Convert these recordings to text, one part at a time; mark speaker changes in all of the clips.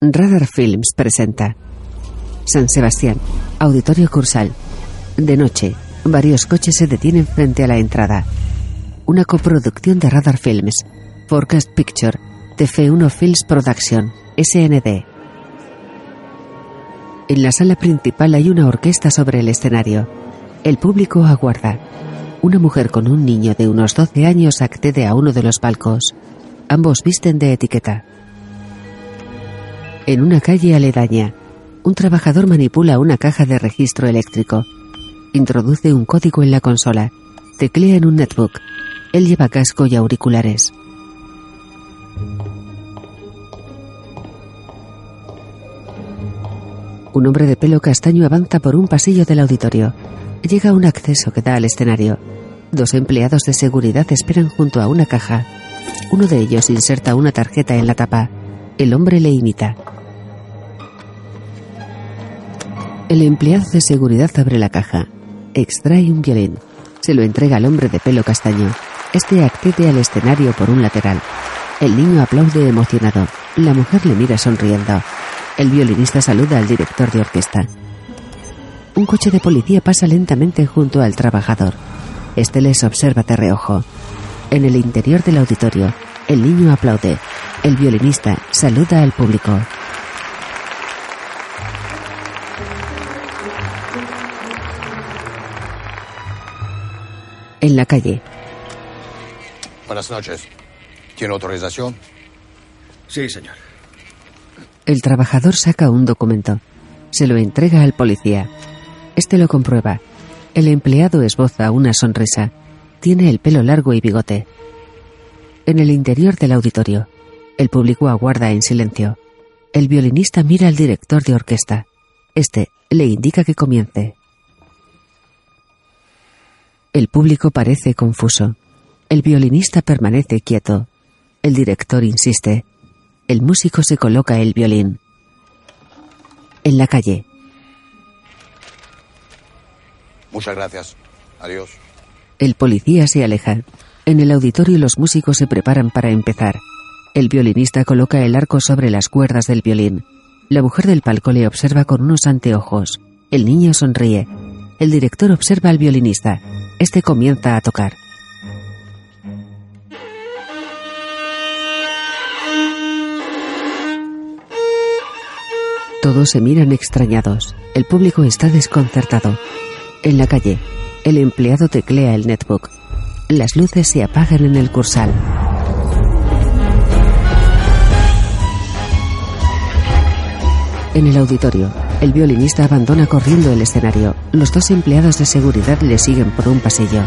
Speaker 1: Radar Films presenta San Sebastián, Auditorio Cursal. De noche, varios coches se detienen frente a la entrada. Una coproducción de Radar Films, Forecast Picture, TF1 Films Production, SND. En la sala principal hay una orquesta sobre el escenario. El público aguarda. Una mujer con un niño de unos 12 años accede a uno de los palcos. Ambos visten de etiqueta. En una calle aledaña, un trabajador manipula una caja de registro eléctrico. Introduce un código en la consola. Teclea en un netbook. Él lleva casco y auriculares. Un hombre de pelo castaño avanza por un pasillo del auditorio. Llega a un acceso que da al escenario. Dos empleados de seguridad esperan junto a una caja. Uno de ellos inserta una tarjeta en la tapa. El hombre le imita. El empleado de seguridad abre la caja, extrae un violín, se lo entrega al hombre de pelo castaño. Este accede al escenario por un lateral. El niño aplaude emocionado. La mujer le mira sonriendo. El violinista saluda al director de orquesta. Un coche de policía pasa lentamente junto al trabajador. Este les observa de reojo. En el interior del auditorio, el niño aplaude. El violinista saluda al público. En la calle,
Speaker 2: Buenas noches. ¿Tiene autorización?
Speaker 3: Sí, señor.
Speaker 1: el trabajador saca un documento. Se lo entrega al policía. Este lo comprueba. El empleado esboza una sonrisa. Tiene el pelo largo y bigote. En el interior del auditorio, el público aguarda en silencio. El violinista mira al director de orquesta. Este le indica que comience. El público parece confuso. El violinista permanece quieto. El director insiste. El músico se coloca el violín. En la calle,
Speaker 2: Muchas gracias. Adiós.
Speaker 1: el policía se aleja. En el auditorio los músicos se preparan para empezar. El violinista coloca el arco sobre las cuerdas del violín. La mujer del palco le observa con unos anteojos. El niño sonríe. El director observa al violinista. Este comienza a tocar. Todos se miran extrañados. El público está desconcertado. En la calle, el empleado teclea el netbook. Las luces se apagan en el cursal. En el auditorio, el violinista abandona corriendo el escenario. Los dos empleados de seguridad le siguen por un pasillo.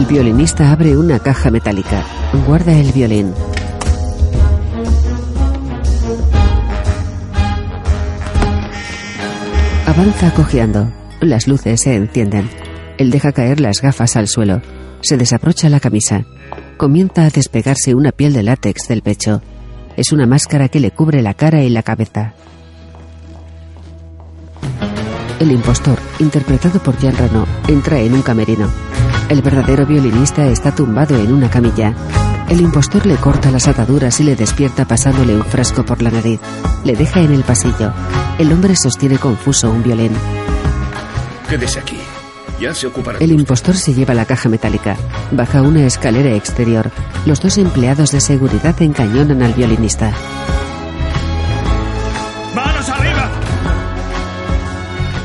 Speaker 1: El violinista abre una caja metálica. Guarda el violín. Avanza cojeando. Las luces se encienden. Él deja caer las gafas al suelo. Se desabrocha la camisa. Comienza a despegarse una piel de látex del pecho. Es una máscara que le cubre la cara y la cabeza. El impostor, interpretado por Jean Reno, entra en un camerino. El verdadero violinista está tumbado en una camilla. El impostor le corta las ataduras y le despierta pasándole un frasco por la nariz. Le deja en el pasillo. El hombre sostiene confuso un violín.
Speaker 3: Quédese aquí. Ya se ocupará.
Speaker 1: El impostor se lleva la caja metálica. Baja una escalera exterior. Los dos empleados de seguridad encañonan al violinista.
Speaker 3: ¡Manos arriba!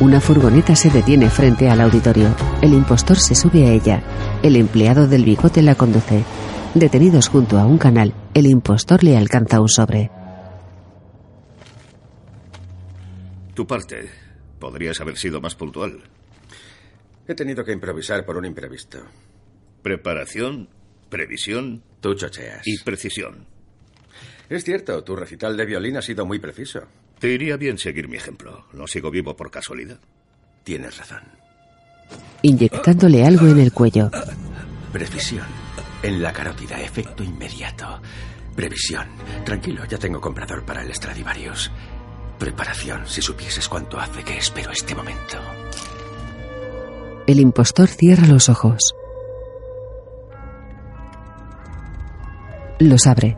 Speaker 1: Una furgoneta se detiene frente al auditorio. El impostor se sube a ella. El empleado del bigote la conduce. Detenidos junto a un canal, el impostor le alcanza un sobre.
Speaker 3: Tu parte. Podrías haber sido más puntual.
Speaker 4: He tenido que improvisar por un imprevisto.
Speaker 3: Preparación, previsión
Speaker 4: Tú chocheas.
Speaker 3: y precisión.
Speaker 4: Es cierto, tu recital de violín ha sido muy preciso.
Speaker 3: Te iría bien seguir mi ejemplo. No sigo vivo por casualidad.
Speaker 4: Tienes razón.
Speaker 1: Inyectándole algo en el cuello.
Speaker 4: Previsión. En la carótida, efecto inmediato. Previsión. Tranquilo, ya tengo comprador para el Stradivarius. Preparación, si supieses cuánto hace que espero este momento.
Speaker 1: El impostor cierra los ojos. Los abre.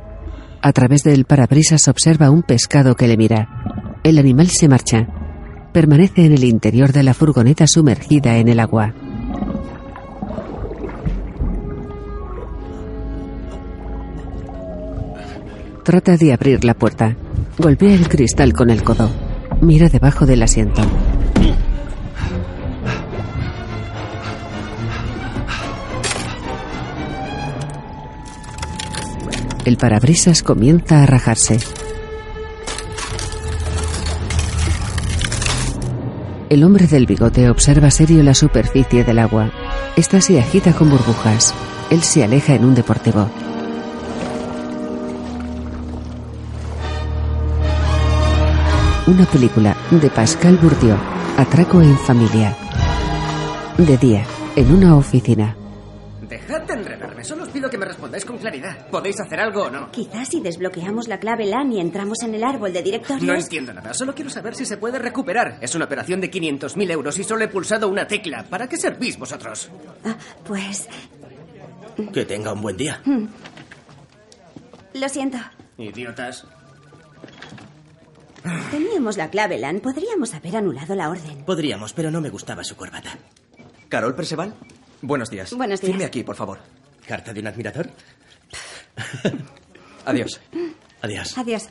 Speaker 1: A través del parabrisas observa un pescado que le mira. El animal se marcha. Permanece en el interior de la furgoneta sumergida en el agua. Trata de abrir la puerta. Golpea el cristal con el codo. Mira debajo del asiento. El parabrisas comienza a rajarse. El hombre del bigote observa serio la superficie del agua. Esta se agita con burbujas. Él se aleja en un deportivo. Una película de Pascal Bourdieu. Atraco en familia. De día, en una oficina.
Speaker 5: Dejad de enredarme, solo os pido que me respondáis con claridad. ¿Podéis hacer algo o no?
Speaker 6: Quizás si desbloqueamos la clave LAN y entramos en el árbol de directorios...
Speaker 5: No entiendo nada, solo quiero saber si se puede recuperar. Es una operación de 500.000 euros y solo he pulsado una tecla. ¿Para qué servís vosotros?
Speaker 6: Ah, pues...
Speaker 7: Que tenga un buen día.
Speaker 6: Lo siento.
Speaker 5: Idiotas.
Speaker 6: Teníamos la clave LAN. Podríamos haber anulado la orden.
Speaker 7: Podríamos, pero no me gustaba su corbata.
Speaker 8: Carol Perceval, buenos días.
Speaker 6: Buenos días.
Speaker 8: Firme aquí, por favor.
Speaker 7: ¿Carta de un admirador?
Speaker 8: Adiós.
Speaker 7: Adiós.
Speaker 6: Adiós.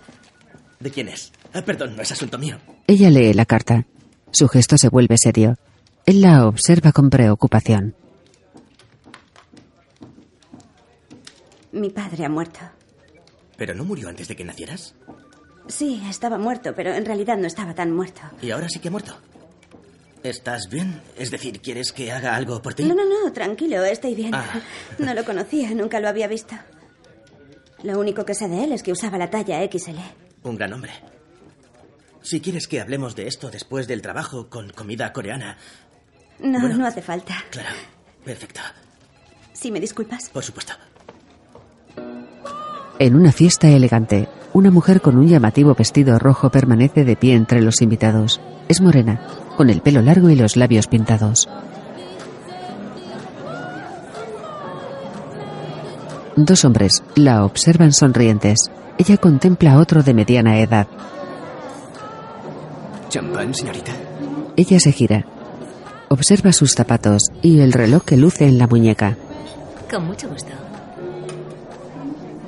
Speaker 7: ¿De quién es? Ah, perdón, no es asunto mío.
Speaker 1: Ella lee la carta. Su gesto se vuelve serio. Él la observa con preocupación.
Speaker 6: Mi padre ha muerto.
Speaker 7: ¿Pero no murió antes de que nacieras?
Speaker 6: Sí, estaba muerto, pero en realidad no estaba tan muerto.
Speaker 7: ¿Y ahora sí que ha muerto? ¿Estás bien? Es decir, ¿quieres que haga algo por ti?
Speaker 6: No, no, no, tranquilo, estoy bien.
Speaker 7: Ah.
Speaker 6: No lo conocía, nunca lo había visto. Lo único que sé de él es que usaba la talla XL.
Speaker 7: Un gran hombre. Si quieres que hablemos de esto después del trabajo con comida coreana.
Speaker 6: No,
Speaker 7: Bueno.
Speaker 6: no hace falta.
Speaker 7: Claro. Perfecto.
Speaker 6: Si me disculpas.
Speaker 7: Por supuesto.
Speaker 1: En una fiesta elegante, una mujer con un llamativo vestido rojo permanece de pie entre los invitados. Es morena, con el pelo largo y los labios pintados. Dos hombres la observan sonrientes. Ella contempla a otro de mediana edad.
Speaker 8: ¿Champán, señorita?
Speaker 1: Ella se gira. Observa sus zapatos y el reloj que luce en la muñeca.
Speaker 9: Con mucho gusto.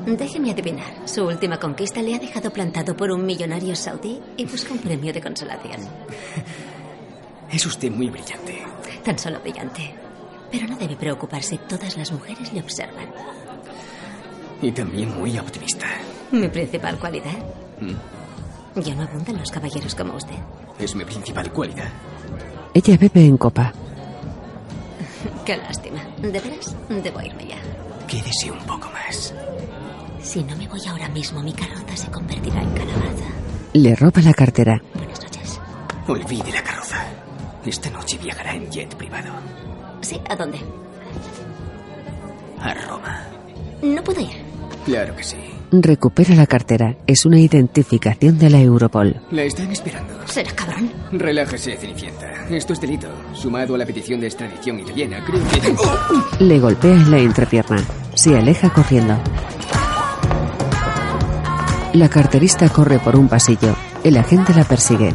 Speaker 9: Déjeme adivinar. Su última conquista le ha dejado plantado por un millonario saudí y busca un premio de consolación.
Speaker 8: Es usted muy brillante.
Speaker 9: Tan solo brillante. Pero no debe preocuparse, todas las mujeres le observan.
Speaker 8: Y también muy optimista.
Speaker 9: Mi principal cualidad. Ya no abundan los caballeros como usted.
Speaker 8: Es mi principal cualidad.
Speaker 1: Ella bebe en copa.
Speaker 9: Qué lástima. De veras, debo irme ya.
Speaker 8: Quédese un poco más.
Speaker 9: Si no me voy ahora mismo, mi carroza se convertirá en calabaza.
Speaker 1: Le roba la cartera.
Speaker 9: Buenas noches.
Speaker 8: Olvide la carroza. Esta noche viajará en jet privado.
Speaker 9: Sí, ¿a dónde?
Speaker 8: A Roma.
Speaker 9: No puedo ir.
Speaker 8: Claro que sí.
Speaker 1: Recupera la cartera. Es una identificación de la Europol.
Speaker 8: La están esperando.
Speaker 9: Será cabrón.
Speaker 8: Relájese, Cenicienta. Esto es delito. Sumado a la petición de extradición italiana, creo que...
Speaker 1: Le golpea en la entrepierna. Se aleja corriendo. La carterista corre por un pasillo. El agente la persigue.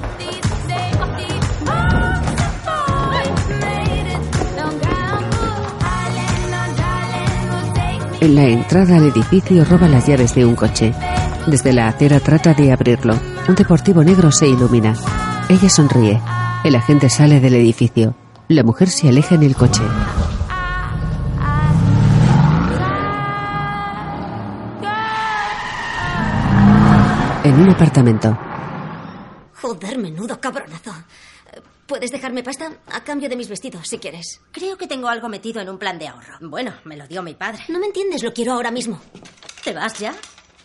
Speaker 1: En la entrada al edificio roba las llaves de un coche. Desde la acera trata de abrirlo. Un deportivo negro se ilumina. Ella sonríe. El agente sale del edificio. La mujer se aleja en el coche. En un apartamento,
Speaker 9: Joder, menudo cabronazo. Eh, ¿Puedes dejarme pasta a cambio de mis vestidos, si quieres?
Speaker 6: Creo que tengo algo metido en un plan de ahorro. Bueno, me lo dio mi padre.
Speaker 9: No me entiendes, lo quiero ahora mismo.
Speaker 6: ¿Te vas ya?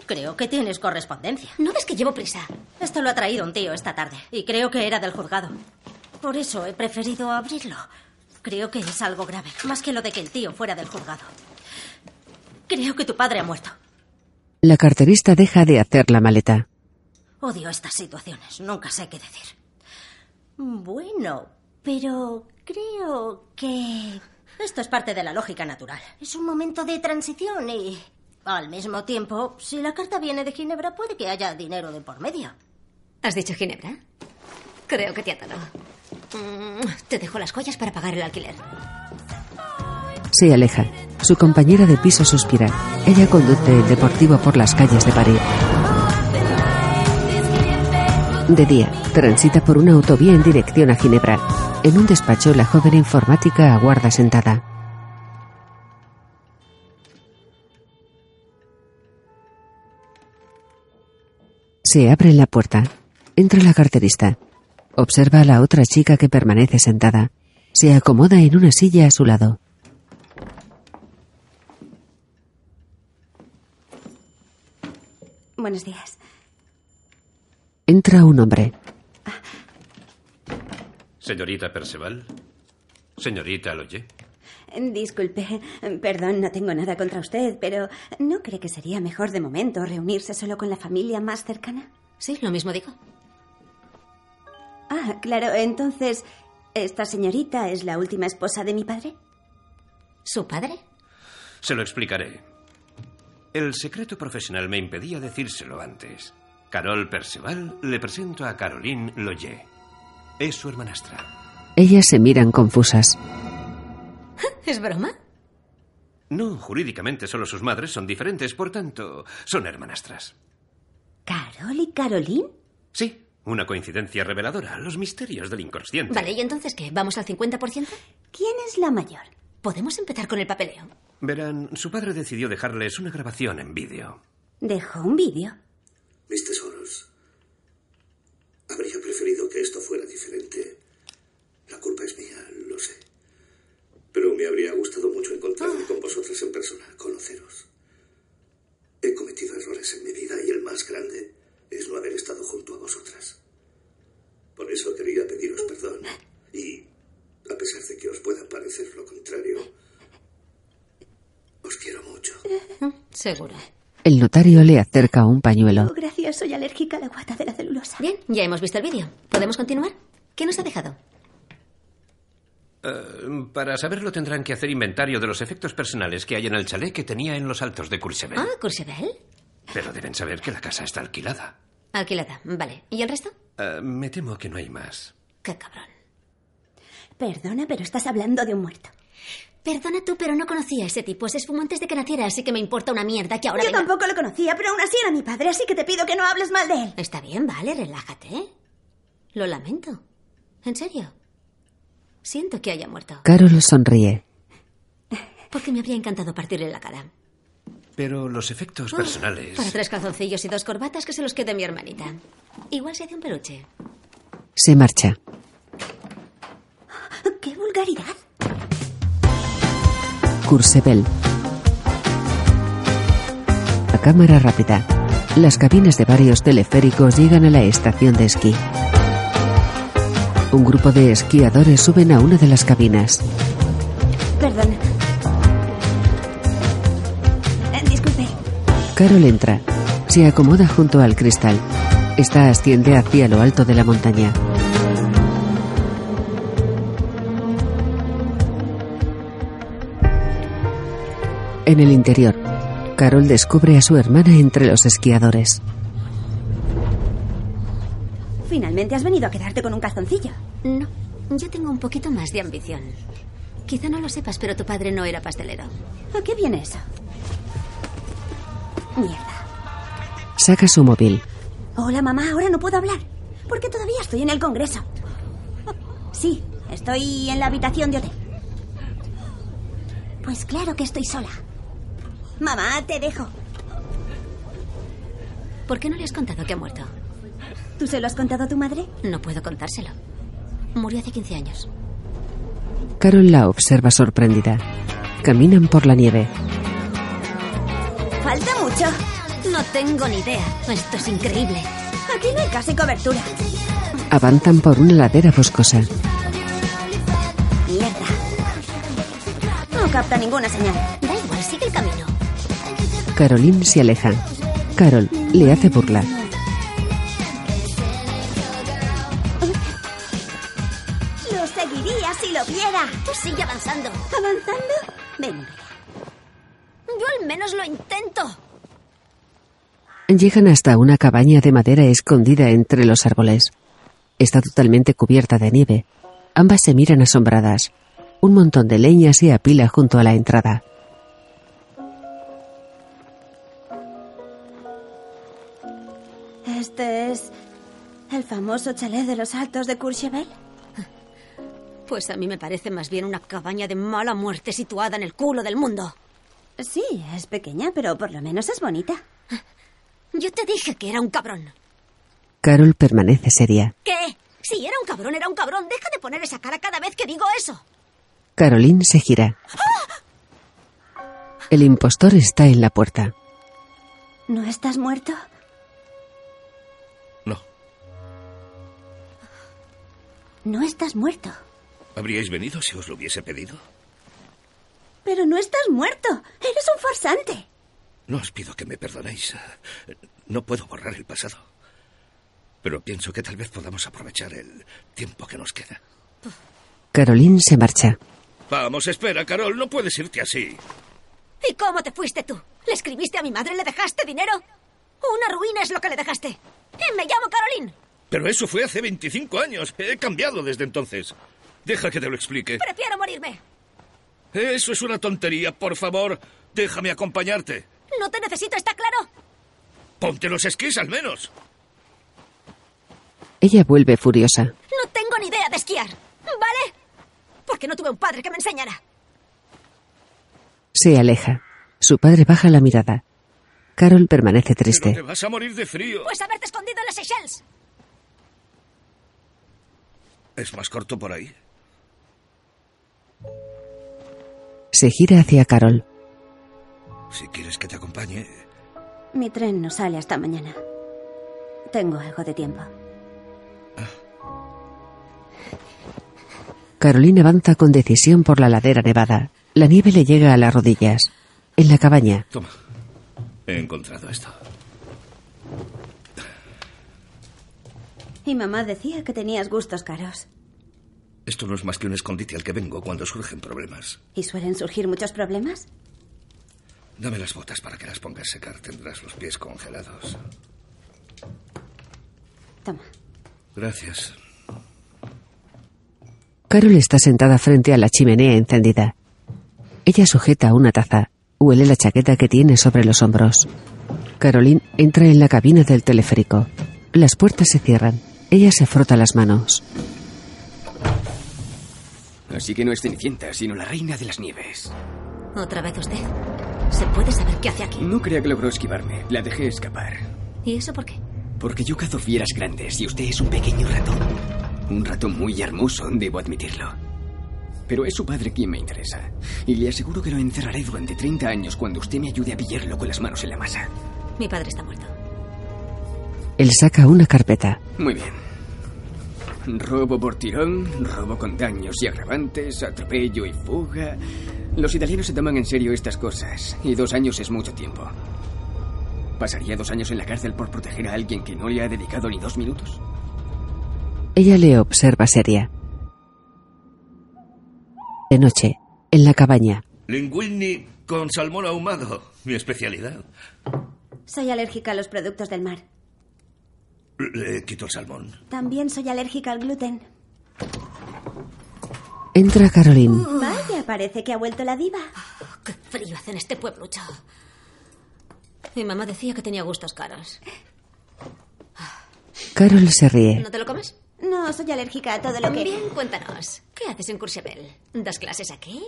Speaker 6: Creo que tienes correspondencia.
Speaker 9: ¿No ves que llevo prisa?
Speaker 6: Esto lo ha traído un tío esta tarde y creo que era del juzgado. Por eso he preferido abrirlo. Creo que es algo grave, más que lo de que el tío fuera del juzgado. Creo que tu padre ha muerto.
Speaker 1: la carterista deja de hacer la maleta.
Speaker 6: Odio estas situaciones, nunca sé qué decir. Bueno, pero creo que... Esto es parte de la lógica natural. Es un momento de transición y...
Speaker 10: Al mismo tiempo, si la carta viene de Ginebra, puede que haya dinero de por medio.
Speaker 6: ¿Has dicho Ginebra? Creo que te atalo. Te dejo las joyas para pagar el alquiler.
Speaker 1: Se aleja. Su compañera de piso suspira. Ella conduce el deportivo por las calles de París. De día, transita por una autovía en dirección a Ginebra. En un despacho, la joven informática aguarda sentada. Se abre la puerta. Entra la carterista. Observa a la otra chica que permanece sentada. Se acomoda en una silla a su lado.
Speaker 11: Buenos días.
Speaker 1: Entra un hombre.
Speaker 4: Señorita Perceval. Señorita Loye.
Speaker 11: Disculpe, perdón, no tengo nada contra usted, pero ¿no cree que sería mejor de momento reunirse solo con la familia más cercana?
Speaker 6: Sí, lo mismo digo.
Speaker 11: Ah, claro, entonces, ¿esta señorita es la última esposa de mi padre?
Speaker 6: ¿Su padre?
Speaker 4: Se lo explicaré. El secreto profesional me impedía decírselo antes. Carol Perceval le presento a Caroline Loye. Es su hermanastra.
Speaker 1: Ellas se miran confusas.
Speaker 6: ¿Es broma?
Speaker 4: No, jurídicamente solo sus madres son diferentes, por tanto, son hermanastras.
Speaker 11: ¿Carol y Caroline?
Speaker 4: Sí, una coincidencia reveladora, los misterios del inconsciente.
Speaker 6: Vale, ¿y entonces qué? ¿Vamos al 50%?
Speaker 11: ¿Quién es la mayor?
Speaker 6: Podemos empezar con el papeleo.
Speaker 4: Verán, su padre decidió dejarles una grabación en vídeo.
Speaker 11: Dejó un vídeo.
Speaker 3: Mis tesoros. Habría preferido que esto fuera diferente. La culpa es mía, lo sé. Pero me habría gustado mucho encontrarme con vosotras en persona, conoceros. He cometido errores en mi vida y el más grande es no haber estado junto a vosotras. Por eso quería pediros perdón y, a pesar de que os pueda parecer lo contrario, os quiero mucho.
Speaker 6: Seguro.
Speaker 1: El notario le acerca un pañuelo.
Speaker 11: Oh, gracias, soy alérgica a la guata de la celulosa.
Speaker 6: Bien, ya hemos visto el vídeo. ¿Podemos continuar? ¿Qué nos ha dejado?
Speaker 4: Eh, para saberlo tendrán que hacer inventario de los efectos personales que hay en el chalet que tenía en los altos de Courchevel.
Speaker 6: Ah, Courchevel.
Speaker 4: Pero deben saber que la casa está alquilada.
Speaker 6: Alquilada. Vale. ¿Y el resto?
Speaker 4: Eh, me temo que no hay más.
Speaker 6: Qué cabrón.
Speaker 11: Perdona, pero estás hablando de un muerto.
Speaker 6: Perdona tú, pero no conocía a ese tipo. Se esfumó antes de que naciera, así que me importa una mierda que ahora
Speaker 11: Yo
Speaker 6: venga-
Speaker 11: tampoco lo conocía, pero aún así era mi padre, así que te pido que no hables mal de él.
Speaker 6: Está bien, vale, relájate. Lo lamento. En serio. Siento que haya muerto.
Speaker 1: Carol sonríe.
Speaker 6: Porque me habría encantado partirle la cara.
Speaker 4: Pero los efectos
Speaker 6: Uf,
Speaker 4: personales.
Speaker 6: Ah, Para tres calzoncillos y dos corbatas que se los quede mi hermanita. Igual se hace un peluche.
Speaker 1: Se marcha.
Speaker 11: ¡Qué vulgaridad!
Speaker 1: Courchevel. A cámara rápida. Las cabinas de varios teleféricos llegan a la estación de esquí. Un grupo de esquiadores suben a una de las cabinas.
Speaker 11: Perdona. Eh, disculpe.
Speaker 1: Carol entra. Se acomoda junto al cristal. Esta asciende hacia lo alto de la montaña. En el interior, Carol descubre a su hermana entre los esquiadores.
Speaker 11: Finalmente has venido a quedarte con un calzoncillo.
Speaker 6: No, yo tengo un poquito más de ambición. Quizá no lo sepas, pero tu padre no era pastelero.
Speaker 11: ¿A qué viene eso? Mierda.
Speaker 1: Saca su móvil.
Speaker 11: Hola, mamá, ahora no puedo hablar. Porque todavía estoy en el Congreso. Sí, estoy en la habitación de hotel. Pues claro que estoy sola. Mamá, te dejo.
Speaker 6: ¿Por qué no le has contado que ha muerto?
Speaker 11: ¿Tú se lo has contado a tu madre?
Speaker 6: No puedo contárselo. Murió hace 15 años.
Speaker 1: Carol la observa sorprendida. Caminan por la nieve.
Speaker 11: Falta mucho.
Speaker 6: No tengo ni idea. Esto es increíble.
Speaker 11: Aquí no hay casi cobertura.
Speaker 1: Avanzan por una ladera boscosa.
Speaker 11: Mierda. No capta ninguna señal.
Speaker 6: Da igual, sigue el camino.
Speaker 1: Caroline se aleja. Carol le hace burla.
Speaker 11: Lo seguiría si lo viera.
Speaker 6: Tú sigue avanzando.
Speaker 11: ¿Avanzando? Ven,
Speaker 6: Yo al menos
Speaker 9: menos lo intento.
Speaker 1: Llegan hasta una cabaña de madera escondida entre los árboles. Está totalmente cubierta de nieve. Ambas se miran asombradas. Un montón de leña se apila junto a la entrada.
Speaker 11: Este es el famoso chalet de los altos de Courchevel.
Speaker 9: Pues a mí me parece más bien una cabaña de mala muerte situada en el culo del mundo.
Speaker 11: Sí, es pequeña, pero por lo menos es bonita.
Speaker 9: Yo te dije que era un cabrón.
Speaker 1: Carol permanece seria.
Speaker 9: ¿Qué? Si era un cabrón, era un cabrón. Deja de poner esa cara cada vez que digo eso.
Speaker 1: Caroline se gira. El impostor está en la puerta.
Speaker 11: ¿No estás muerto?
Speaker 3: No.
Speaker 11: No estás muerto.
Speaker 3: ¿Habríais venido si os lo hubiese pedido?
Speaker 11: Pero no estás muerto. Eres un farsante.
Speaker 3: No os pido que me perdonéis. No puedo borrar el pasado. Pero pienso que tal vez podamos aprovechar el tiempo que nos queda.
Speaker 1: Caroline se marcha.
Speaker 3: Vamos, espera, Carol, no puedes irte así.
Speaker 9: ¿Y cómo te fuiste tú? ¿Le escribiste a mi madre? ¿Le dejaste dinero? Una ruina es lo que le dejaste. Y me llamo Caroline.
Speaker 3: Pero eso fue hace 25 años. He cambiado desde entonces. Deja que te lo explique.
Speaker 9: Prefiero morirme.
Speaker 3: Eso es una tontería. Por favor, déjame acompañarte.
Speaker 9: No te necesito, ¿está claro?
Speaker 3: Ponte los esquís al menos.
Speaker 1: Ella vuelve furiosa.
Speaker 9: No tengo ni idea de esquiar, ¿vale? Porque no tuve un padre que me enseñara.
Speaker 1: Se aleja. Su padre baja la mirada. Carol permanece
Speaker 3: Pero
Speaker 1: triste.
Speaker 3: te vas a morir de frío.
Speaker 9: Pues haberte escondido en las Seychelles.
Speaker 3: ¿Es más corto por ahí?
Speaker 1: Se gira hacia Carol.
Speaker 3: Si quieres que te acompañe.
Speaker 11: Mi tren no sale hasta mañana. Tengo algo de tiempo.
Speaker 1: Caroline avanza con decisión por la ladera nevada. La nieve le llega a las rodillas. En la cabaña,
Speaker 3: Toma. He encontrado esto.
Speaker 11: Y mamá decía que tenías gustos caros.
Speaker 3: Esto no es más que un escondite al que vengo cuando surgen problemas.
Speaker 11: ¿Y suelen surgir muchos problemas?
Speaker 3: Dame las botas para que las pongas a secar. Tendrás los pies congelados.
Speaker 11: Toma.
Speaker 3: Gracias.
Speaker 1: Carol está sentada frente a la chimenea encendida. Ella sujeta una taza. Huele la chaqueta que tiene sobre los hombros. Caroline entra en la cabina del teleférico. Las puertas se cierran. Ella se frota las manos.
Speaker 8: Así que no es Cenicienta, sino la reina de las nieves.
Speaker 6: Otra vez usted. ¿Se puede saber qué hace aquí?
Speaker 8: No crea que logró esquivarme. La dejé escapar.
Speaker 6: ¿Y eso por qué?
Speaker 8: Porque yo cazo fieras grandes y usted es un pequeño ratón. Un ratón muy hermoso, debo admitirlo. Pero es su padre quien me interesa. Y le aseguro que lo encerraré durante 30 años cuando usted me ayude a pillarlo con las manos en la masa.
Speaker 6: Mi padre está muerto.
Speaker 1: Él saca una carpeta.
Speaker 8: Muy bien. Robo por tirón, robo con daños y agravantes, atropello y fuga. Los italianos se toman en serio estas cosas, y dos años es mucho tiempo. ¿Pasaría dos años en la cárcel por proteger a alguien que no le ha dedicado ni dos minutos?
Speaker 1: Ella le observa seria. De noche, en la cabaña,
Speaker 3: Linguini con salmón ahumado. Mi especialidad.
Speaker 11: Soy alérgica a los productos del mar.
Speaker 3: Le quito el salmón.
Speaker 11: También soy alérgica al gluten.
Speaker 1: entra Caroline.
Speaker 11: Vaya, parece que ha vuelto la diva.
Speaker 9: Oh,
Speaker 6: Qué frío hace en este pueblucho. Mi mamá decía que tenía gustos caros.
Speaker 1: Carol se ríe.
Speaker 6: ¿No te lo comes?
Speaker 11: No, soy alérgica a todo lo que...
Speaker 6: Bien, cuéntanos. ¿Qué haces en Courchevel? ¿Das clases aquí?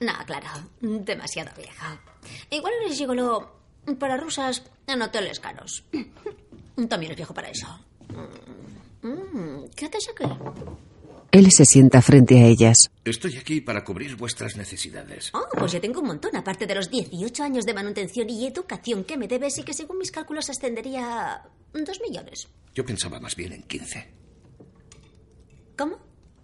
Speaker 6: No, claro. Demasiado vieja. Igual eres gigolo para rusas en hoteles caros. También es viejo para eso. Mm, ¿Qué haces aquí?
Speaker 1: Él se sienta frente a ellas.
Speaker 3: Estoy aquí para cubrir vuestras necesidades.
Speaker 6: Oh, pues yo tengo un montón, aparte de los 18 años de manutención y educación que me debes y que según mis cálculos ascendería a dos millones.
Speaker 3: Yo pensaba más bien en 15.
Speaker 6: ¿Cómo?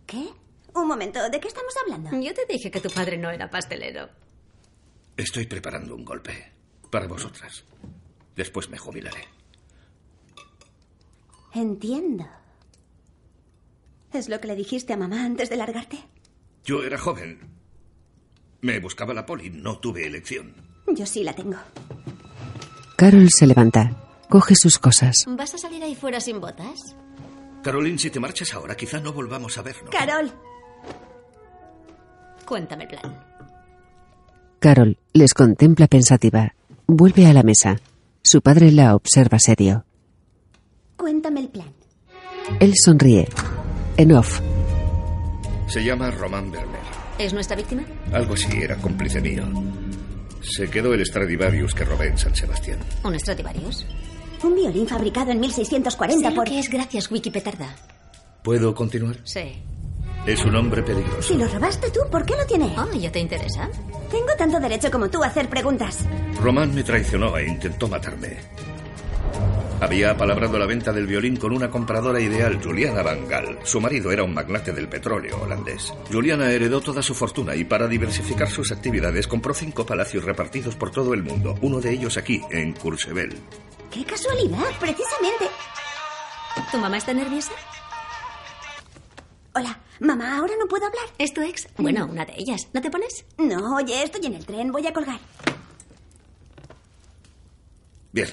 Speaker 11: ¿Qué? Un momento, ¿de qué estamos hablando?
Speaker 6: Yo te dije que tu padre no era pastelero.
Speaker 3: Estoy preparando un golpe. Para vosotras. Después me jubilaré.
Speaker 11: Entiendo. ¿Es lo que le dijiste a mamá antes de largarte?
Speaker 3: Yo era joven. Me buscaba la poli. No tuve elección.
Speaker 11: Yo sí la tengo.
Speaker 1: Carol se levanta, coge sus cosas.
Speaker 6: ¿Vas a salir ahí fuera sin botas?
Speaker 3: Caroline, si te marchas ahora, quizá no volvamos a vernos.
Speaker 6: Carol. Cuéntame el plan.
Speaker 1: Carol les contempla pensativa. Vuelve a la mesa. Su padre la observa serio.
Speaker 11: Cuéntame el plan.
Speaker 1: Él sonríe. En off.
Speaker 3: Se llama Román Vermeer.
Speaker 6: ¿Es nuestra víctima?
Speaker 3: Algo así era cómplice mío. Se quedó el Stradivarius que robé en San Sebastián.
Speaker 6: ¿Un Stradivarius?
Speaker 11: Un violín fabricado en 1640
Speaker 6: Sé lo
Speaker 11: por...
Speaker 6: que es gracias, Wiki Petarda.
Speaker 3: ¿Puedo continuar?
Speaker 6: Sí.
Speaker 3: Es un hombre peligroso.
Speaker 11: Si lo robaste tú, ¿por qué lo tiene?
Speaker 6: Ah, ¿ya te interesa?
Speaker 11: Tengo tanto derecho como tú a hacer preguntas.
Speaker 3: Román me traicionó e intentó matarme. Había apalabrado la venta del violín con una compradora ideal, Juliana Bangal. Su marido era un magnate del petróleo holandés. Juliana heredó toda su fortuna y para diversificar sus actividades compró cinco palacios repartidos por todo el mundo, uno de ellos aquí, en Courchevel.
Speaker 11: ¡Qué casualidad! Precisamente.
Speaker 6: ¿Tu mamá está nerviosa?
Speaker 11: Hola, mamá, ahora no puedo hablar.
Speaker 6: ¿Es tu ex?
Speaker 11: Mm.
Speaker 6: Bueno, una de ellas. ¿No te pones?
Speaker 11: No, oye, estoy en el tren, voy a colgar.
Speaker 3: Bien.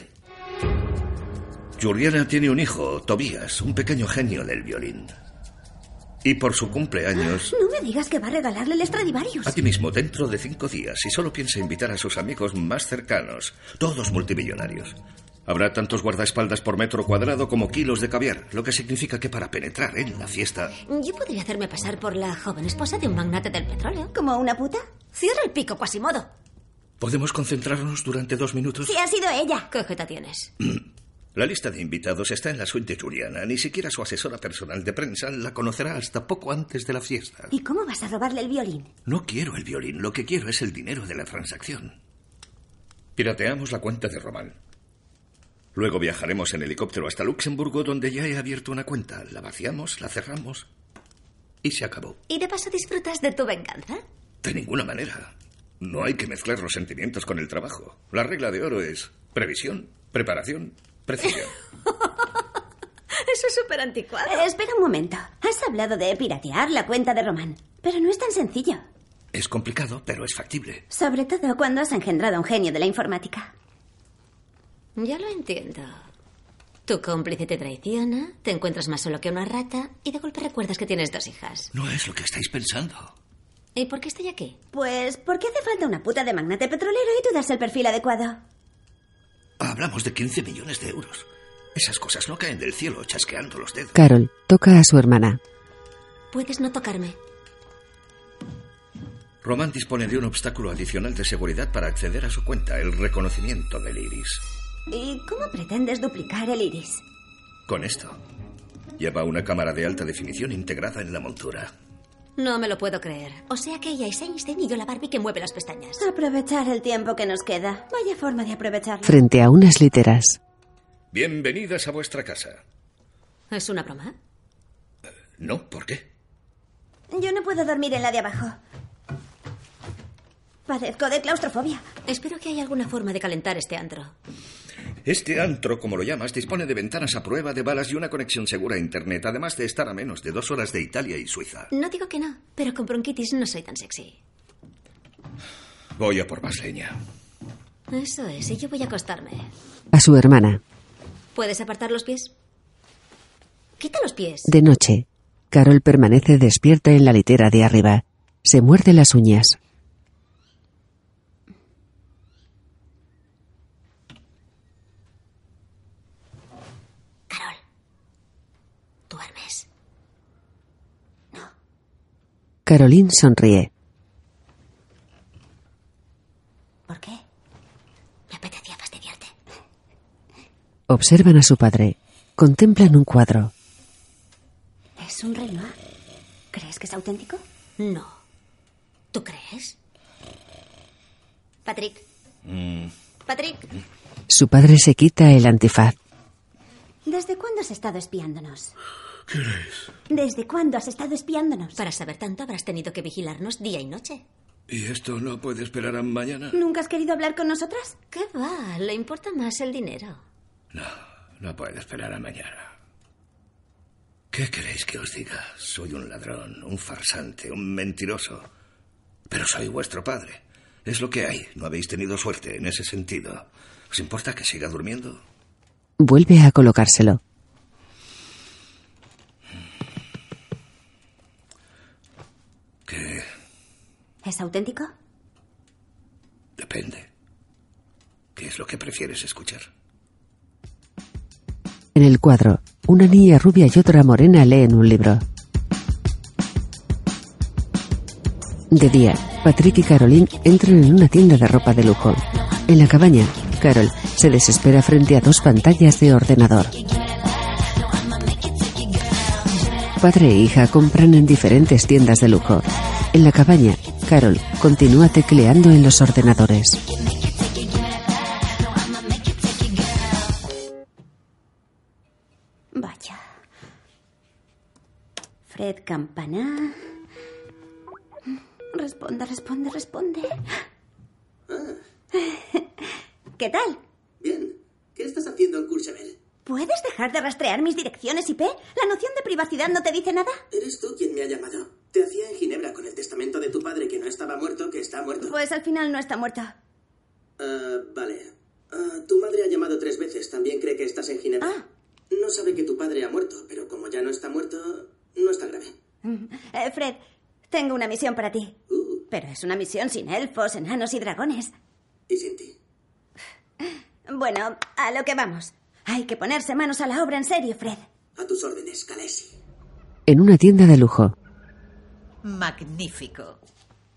Speaker 3: Juliana tiene un hijo, Tobías, un pequeño genio del violín. Y por su cumpleaños,
Speaker 11: No me digas que va a regalarle el Stradivarius.
Speaker 3: Aquí mismo, dentro de cinco días, y solo piensa invitar a sus amigos más cercanos, todos multimillonarios. Habrá tantos guardaespaldas por metro cuadrado como kilos de caviar, lo que significa que para penetrar en la fiesta...
Speaker 6: Yo podría hacerme pasar por la joven esposa de un magnate del petróleo.
Speaker 11: ¿Como una puta?
Speaker 6: Cierra el pico, Quasimodo.
Speaker 3: ¿Podemos concentrarnos durante dos minutos?
Speaker 11: Si ha sido ella.
Speaker 6: ¿Qué jeta tienes?
Speaker 3: La lista de invitados está en la suite de Juliana. Ni siquiera su asesora personal de prensa la conocerá hasta poco antes de la fiesta.
Speaker 11: ¿Y cómo vas a robarle el violín?
Speaker 3: No quiero el violín, lo que quiero es el dinero de la transacción. Pirateamos la cuenta de Román. Luego viajaremos en helicóptero hasta Luxemburgo, donde ya he abierto una cuenta. La vaciamos, la cerramos y se acabó.
Speaker 6: ¿Y de paso disfrutas de tu venganza?
Speaker 3: De ninguna manera. No hay que mezclar los sentimientos con el trabajo. La regla de oro es previsión, preparación, precisión.
Speaker 6: Eso es súper anticuado.
Speaker 11: Eh, espera un momento. Has hablado de piratear la cuenta de Román. Pero no es tan sencillo.
Speaker 3: Es complicado, pero es factible.
Speaker 11: Sobre todo cuando has engendrado a un genio de la informática.
Speaker 6: Ya lo entiendo. Tu cómplice te traiciona, te encuentras más solo que una rata y de golpe recuerdas que tienes dos hijas.
Speaker 3: No es lo que estáis pensando.
Speaker 6: ¿Y por qué estoy aquí?
Speaker 11: Pues, ¿por qué hace falta una puta de magnate petrolero y tú das el perfil adecuado?
Speaker 3: Hablamos de 15 millones de euros. Esas cosas no caen del cielo chasqueando los dedos.
Speaker 1: Carol toca a su hermana.
Speaker 6: Puedes no tocarme.
Speaker 3: Román dispone de un obstáculo adicional de seguridad para acceder a su cuenta, el reconocimiento del iris.
Speaker 11: ¿Y cómo pretendes duplicar el iris?
Speaker 3: Con esto, lleva una cámara de alta definición integrada en la montura.
Speaker 6: No me lo puedo creer. O sea que ella es Einstein y yo la Barbie que mueve las pestañas.
Speaker 11: Aprovechar el tiempo que nos queda. Vaya forma de aprovecharlo.
Speaker 1: Frente a unas literas.
Speaker 3: Bienvenidas a vuestra casa.
Speaker 6: ¿Es una broma?
Speaker 3: ¿No? ¿Por qué?
Speaker 11: Yo no puedo dormir en la de abajo. Padezco de claustrofobia.
Speaker 6: Espero que haya alguna forma de calentar este antro.
Speaker 3: Este antro, como lo llamas, dispone de ventanas a prueba de balas y una conexión segura a Internet, además de estar a menos de dos horas de Italia y Suiza.
Speaker 6: No digo que no, pero con bronquitis no soy tan sexy.
Speaker 3: Voy a por más leña.
Speaker 6: Eso es, y yo voy a acostarme.
Speaker 1: A su hermana.
Speaker 6: ¿Puedes apartar los pies? Quita los pies.
Speaker 1: De noche. Carol permanece despierta en la litera de arriba. Se muerde las uñas.
Speaker 6: Carol. ¿Duermes?
Speaker 1: Caroline sonríe.
Speaker 6: ¿Por qué? Me apetecía fastidiarte.
Speaker 1: Observan a su padre. Contemplan un cuadro.
Speaker 11: Es un reloj. ¿Crees que es auténtico?
Speaker 6: No. ¿Tú crees? Patrick. Patrick.
Speaker 1: Su padre se quita el antifaz.
Speaker 11: ¿Desde cuándo has estado espiándonos?
Speaker 3: ¿Qué es?
Speaker 11: ¿Desde cuándo has estado espiándonos?
Speaker 6: Para saber tanto habrás tenido que vigilarnos día y noche.
Speaker 3: ¿Y esto no puede esperar a mañana?
Speaker 11: ¿Nunca has querido hablar con nosotras?
Speaker 6: ¿Qué va? Le importa más el dinero.
Speaker 3: No, no puedo esperar a mañana. ¿Qué queréis que os diga? Soy un ladrón, un farsante, un mentiroso. Pero soy vuestro padre. Es lo que hay. No habéis tenido suerte en ese sentido. ¿Os importa que siga durmiendo?
Speaker 1: Vuelve a colocárselo.
Speaker 3: Que
Speaker 11: ¿Es auténtico?
Speaker 3: depende. ¿Qué es lo que prefieres escuchar?
Speaker 1: En el cuadro, una niña rubia y otra morena leen un libro. De día, Patrick y Caroline entran en una tienda de ropa de lujo. En la cabaña, Carol se desespera frente a dos pantallas de ordenador. Padre e hija compran en diferentes tiendas de lujo. En la cabaña, Carol continúa tecleando en los ordenadores.
Speaker 11: Vaya. Fred Campana. Responde, responde, responde. ¿Qué tal?
Speaker 12: ¿Qué estás haciendo en Courchevel?
Speaker 11: ¿Puedes dejar de rastrear mis direcciones IP? ¿La noción de privacidad no te dice nada?
Speaker 12: Eres tú quien me ha llamado. Te hacía en Ginebra con el testamento de tu padre que no estaba muerto, que está muerto.
Speaker 11: Pues al final no está muerta.
Speaker 12: Ah, vale. Ah, tu madre ha llamado tres veces. También cree que estás en Ginebra.
Speaker 6: Ah.
Speaker 12: No sabe que tu padre ha muerto, pero como ya no está muerto, no está grave.
Speaker 11: Mm. Eh, Fred, tengo una misión para ti. Pero es una misión sin elfos, enanos y dragones.
Speaker 12: Y sin ti.
Speaker 11: Bueno, a lo que vamos. Hay que ponerse manos a la obra en serio, Fred.
Speaker 12: A tus órdenes, Kalesi.
Speaker 1: En una tienda de lujo,
Speaker 13: Magnífico.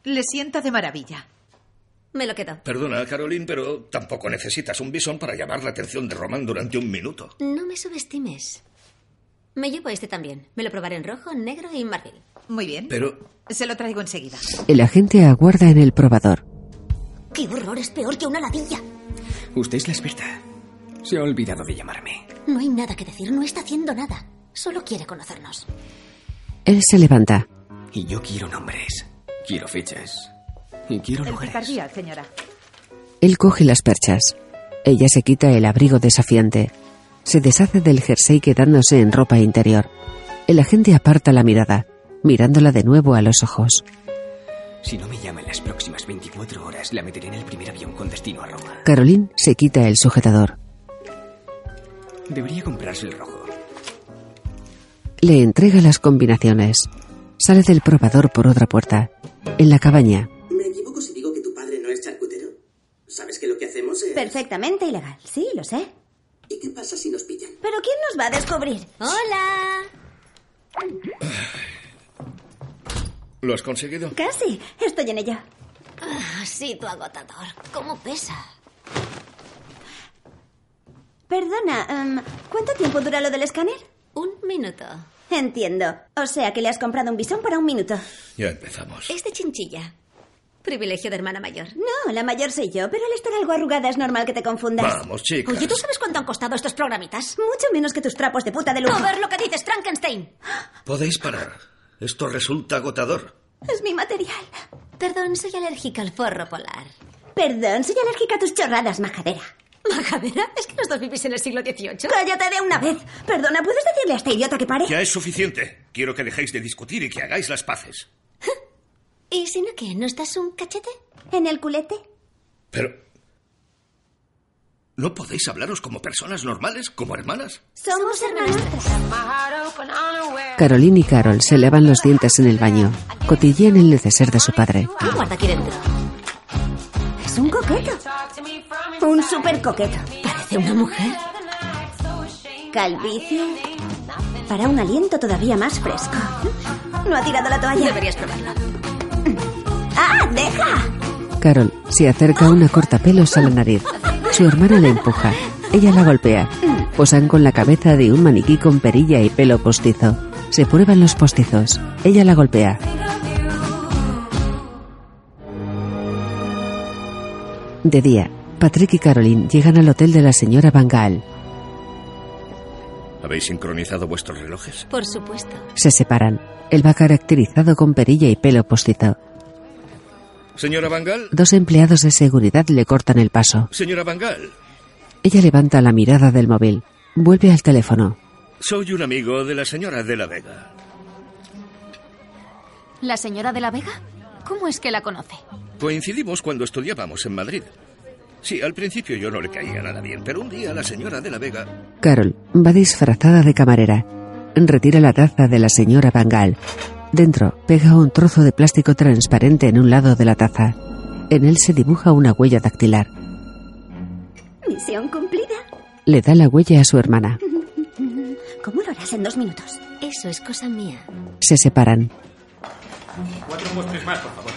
Speaker 13: Le sienta de maravilla.
Speaker 6: Me lo quedo.
Speaker 3: Perdona, Caroline, pero tampoco necesitas un bisón para llamar la atención de Román durante un minuto.
Speaker 6: No me subestimes. Me llevo este también. Me lo probaré en rojo, negro y marfil.
Speaker 13: Muy bien.
Speaker 3: Pero...
Speaker 13: Se lo traigo enseguida.
Speaker 1: el agente aguarda en el probador.
Speaker 6: ¡Qué horror! Es peor que una ladilla.
Speaker 8: Usted es la experta. Se ha olvidado de llamarme.
Speaker 6: No hay nada que decir. No está haciendo nada. Solo quiere conocernos.
Speaker 1: Él se levanta.
Speaker 8: Y yo quiero nombres. Quiero fechas. Y quiero
Speaker 13: El
Speaker 8: lugares.
Speaker 13: picardía, señora.
Speaker 1: Él coge las perchas. Ella se quita el abrigo desafiante. Se deshace del jersey quedándose en ropa interior. El agente aparta la mirada, mirándola de nuevo a los ojos.
Speaker 8: Si no me llama en las próximas 24 horas, la meteré en el primer avión con destino a Roma.
Speaker 1: Caroline se quita el sujetador.
Speaker 8: Debería comprarse el rojo.
Speaker 1: Le entrega las combinaciones. Sale del probador por otra puerta. En la cabaña,
Speaker 12: ¿Me equivoco si digo que tu padre no es charcutero? ¿Sabes que lo que hacemos es...
Speaker 11: Perfectamente ilegal. Sí, lo sé.
Speaker 12: ¿Y qué pasa si nos pillan?
Speaker 11: ¿Pero quién nos va a descubrir? ¡Hola!
Speaker 3: ¿Lo has conseguido?
Speaker 11: Casi. Estoy en ello.
Speaker 6: sí, tu agotador. ¿Cómo pesa?
Speaker 11: Perdona, em, ¿cuánto tiempo dura lo del escáner?
Speaker 6: Un minuto.
Speaker 11: Entiendo. O sea que le has comprado un bisón para un minuto.
Speaker 3: Ya empezamos.
Speaker 6: Es de chinchilla. Privilegio de hermana mayor.
Speaker 11: No, la mayor soy yo, pero al estar algo arrugada es normal que te confundas.
Speaker 3: Vamos, chicas.
Speaker 6: Oye, ¿tú sabes cuánto han costado estos programitas?
Speaker 11: Mucho menos que tus trapos de puta de lujo.
Speaker 6: A ver lo que dices, Frankenstein.
Speaker 3: Podéis parar. Esto resulta agotador.
Speaker 11: Es mi material.
Speaker 6: Perdón, soy alérgica al forro polar.
Speaker 11: Perdón, soy alérgica a tus chorradas, majadera.
Speaker 6: ¿Majadera? ¿Es que los dos vivís en el siglo XVIII?
Speaker 11: Cállate de una vez. Perdona, ¿puedes decirle a este idiota que pare?
Speaker 3: Ya es suficiente. Quiero que dejéis de discutir y que hagáis las paces.
Speaker 6: ¿Y si no qué? ¿No estás un cachete?
Speaker 11: ¿En el culete?
Speaker 3: Pero... ¿No podéis hablaros como personas normales, como hermanas?
Speaker 11: Somos hermanastras.
Speaker 1: Caroline y Carol se lavan los dientes en el baño. Cotillan el neceser de su padre.
Speaker 6: ¿Qué guarda aquí dentro?
Speaker 11: Es un coqueto. Un súper coqueto.
Speaker 6: ¿Parece una mujer?
Speaker 11: Calvicie. Para un aliento todavía más fresco. No ha tirado la toalla.
Speaker 6: Deberías probarlo.
Speaker 11: ¡Ah, deja!
Speaker 1: Carol se acerca una cortapelos a la nariz. Su hermana le empuja. Ella la golpea. Posan con la cabeza de un maniquí con perilla y pelo postizo. Se prueban los postizos. Ella la golpea. De día, Patrick y Caroline llegan al hotel de la señora Van Gaal.
Speaker 3: ¿Habéis sincronizado vuestros relojes?
Speaker 6: Por supuesto.
Speaker 1: Se separan. Él va caracterizado con perilla y pelo postizo.
Speaker 3: Señora Bangal.
Speaker 1: Dos empleados de seguridad le cortan el paso.
Speaker 3: Señora Bangal.
Speaker 1: Ella levanta la mirada del móvil. Vuelve al teléfono.
Speaker 3: Soy un amigo de la señora de la Vega.
Speaker 14: ¿La señora de la Vega? ¿Cómo es que la conoce?
Speaker 3: Coincidimos cuando estudiábamos en Madrid. Sí, al principio yo no le caía nada bien, pero un día la señora de la Vega...
Speaker 1: Carol va disfrazada de camarera. Retira la taza de la señora Bangal. Dentro pega un trozo de plástico transparente en un lado de la taza. En él se dibuja una huella dactilar.
Speaker 11: Misión cumplida.
Speaker 1: Le da la huella a su hermana.
Speaker 11: ¿Cómo lo harás en dos minutos? Eso es cosa mía.
Speaker 1: Se separan.
Speaker 14: Cuatro postres más, por favor.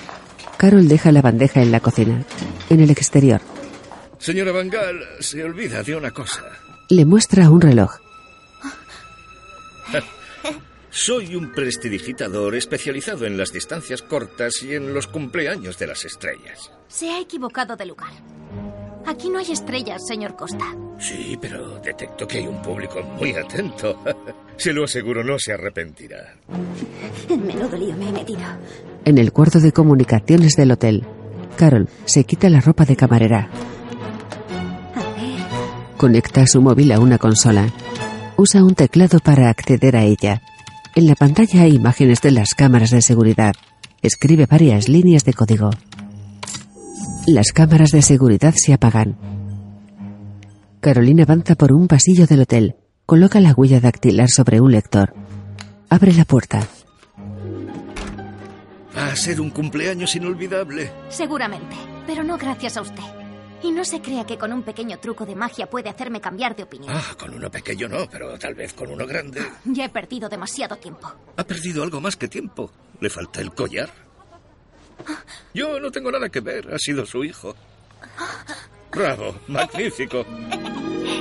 Speaker 1: Carol deja la bandeja en la cocina. En el exterior
Speaker 3: Señora Bangal, se olvida de una cosa.
Speaker 1: le muestra un reloj.
Speaker 3: Soy un prestidigitador especializado en las distancias cortas y en los cumpleaños de las estrellas.
Speaker 6: Se ha equivocado de lugar. Aquí no hay estrellas, señor Costa.
Speaker 3: Sí, pero detecto que hay un público muy atento. Se lo aseguro, no se arrepentirá.
Speaker 11: En menudo lío me he metido.
Speaker 1: En el cuarto de comunicaciones del hotel, Carol se quita la ropa de camarera. Conecta su móvil a una consola. Usa un teclado para acceder a ella. En la pantalla hay imágenes de las cámaras de seguridad. Escribe varias líneas de código. Las cámaras de seguridad se apagan. Carolina avanza por un pasillo del hotel. Coloca la huella dactilar sobre un lector. Abre la puerta.
Speaker 3: Va a ser un cumpleaños inolvidable.
Speaker 6: Seguramente, pero no gracias a usted. Y no se crea que con un pequeño truco de magia puede hacerme cambiar de opinión.
Speaker 3: Ah, con uno pequeño no, pero tal vez con uno grande.
Speaker 6: Ya he perdido demasiado tiempo.
Speaker 3: Ha perdido algo más que tiempo. Le falta el collar. Yo no tengo nada que ver, ha sido su hijo. Bravo, magnífico.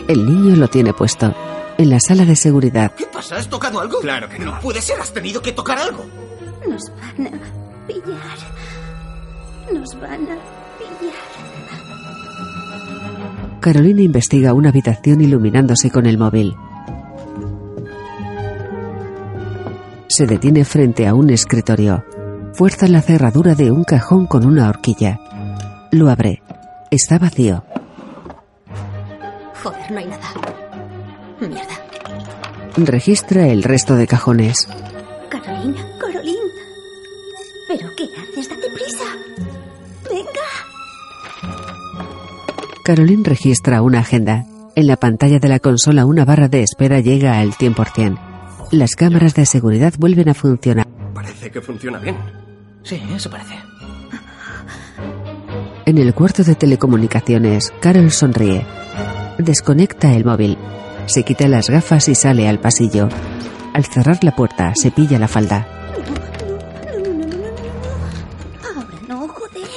Speaker 1: El niño lo tiene puesto. En la sala de seguridad,
Speaker 14: ¿Qué pasa? ¿Has tocado algo? Claro que no. No puede ser, has tenido que tocar algo.
Speaker 11: Nos van a pillar. Nos van a pillar.
Speaker 1: Carolina investiga una habitación iluminándose con el móvil. Se detiene frente a un escritorio. Fuerza la cerradura de un cajón con una horquilla. Lo abre. Está vacío.
Speaker 6: Joder, no hay nada. Mierda.
Speaker 1: Registra el resto de cajones.
Speaker 11: Carolina, Carolina. ¿Pero qué haces? Date prisa. Venga.
Speaker 1: Caroline registra una agenda. En la pantalla de la consola una barra de espera llega al 100%. Las cámaras de seguridad vuelven a funcionar.
Speaker 4: Parece que funciona bien. Sí, eso parece.
Speaker 1: En el cuarto de telecomunicaciones, Carol sonríe. Desconecta el móvil. Se quita las gafas y sale al pasillo. Al cerrar la puerta, se pilla la falda.
Speaker 11: Ahora no, joder.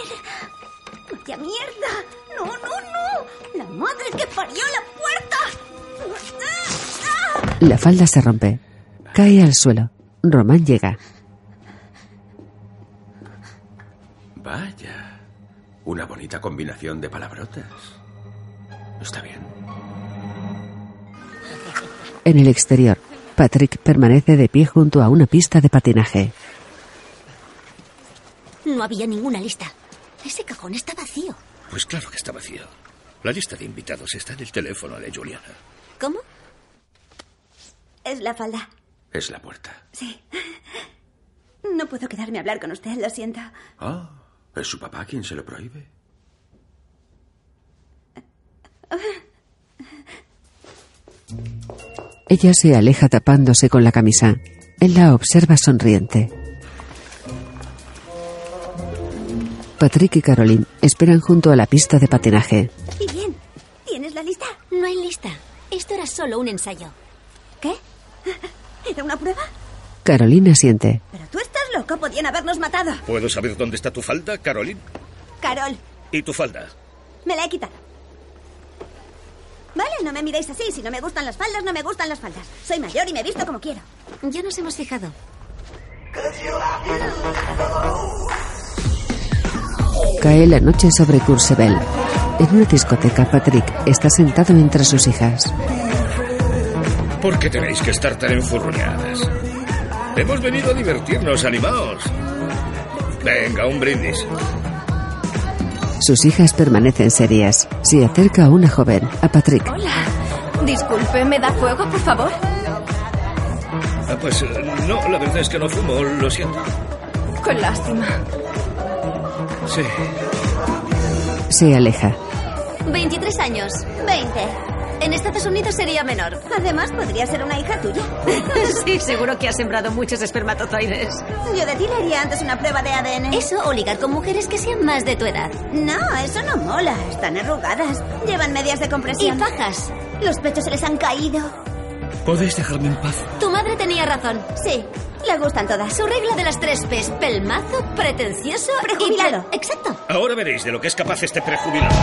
Speaker 11: Vaya mierda. No, no, no. La madre que parió la puerta.
Speaker 1: La falda se rompe. Cae al suelo. Román llega.
Speaker 4: Vaya. Una bonita combinación de palabrotas. Está bien.
Speaker 1: En el exterior, Patrick permanece de pie junto a una pista de patinaje.
Speaker 9: No había ninguna lista. Ese cajón está vacío.
Speaker 3: Pues claro que está vacío. La lista de invitados está en el teléfono de Juliana.
Speaker 9: ¿Cómo?
Speaker 11: Es la falda.
Speaker 4: Es la puerta.
Speaker 11: Sí. No puedo quedarme a hablar con usted, lo siento.
Speaker 4: Ah, es su papá quien se lo prohíbe.
Speaker 1: Ella se aleja tapándose con la camisa. Él la observa sonriente. Patrick y Caroline esperan junto a la pista de patinaje.
Speaker 9: ¿Y bien? ¿Tienes la lista? No hay lista. Esto era solo un ensayo.
Speaker 11: ¿Qué? ¿Era una prueba?
Speaker 1: Carolina siente.
Speaker 11: Pero tú estás loco, podían habernos matado.
Speaker 3: ¿Puedo saber dónde está tu falda, Caroline?
Speaker 11: Carol,
Speaker 3: ¿Y tu falda?
Speaker 11: me la he quitado. Vale, no me miréis así. Si no me gustan las faldas, no me gustan las faldas. Soy mayor y me visto como quiero.
Speaker 9: Ya nos hemos fijado.
Speaker 1: Cae la noche sobre Coursevel. En una discoteca, Patrick está sentado entre sus hijas.
Speaker 3: ¿Por qué tenéis que estar tan enfurruñadas? Hemos venido a divertirnos, animaos. Venga, un brindis.
Speaker 1: Sus hijas permanecen serias. Se acerca a una joven, a Patrick.
Speaker 13: Hola. Disculpe, ¿me da fuego, por favor?
Speaker 3: Ah, pues eh, no, la verdad es que no fumo, lo siento.
Speaker 13: Con lástima.
Speaker 3: Sí.
Speaker 1: Se aleja.
Speaker 9: 23 años. 20. En Estados Unidos sería menor. Además, podría ser una hija tuya.
Speaker 6: Sí, seguro que has sembrado muchos espermatozoides.
Speaker 9: Yo de ti le haría antes una prueba de ADN. Eso o ligar con mujeres que sean más de tu edad. No, eso no mola. Están arrugadas. Llevan medias de compresión. Y fajas. Los pechos se les han caído.
Speaker 3: ¿Podéis dejarme en paz?
Speaker 9: Tu madre tenía razón. Sí. Le gustan todas. Su regla de las tres P's. Pelmazo, pretencioso Prejubilado. Exacto.
Speaker 3: Ahora veréis de lo que es capaz este prejubilado.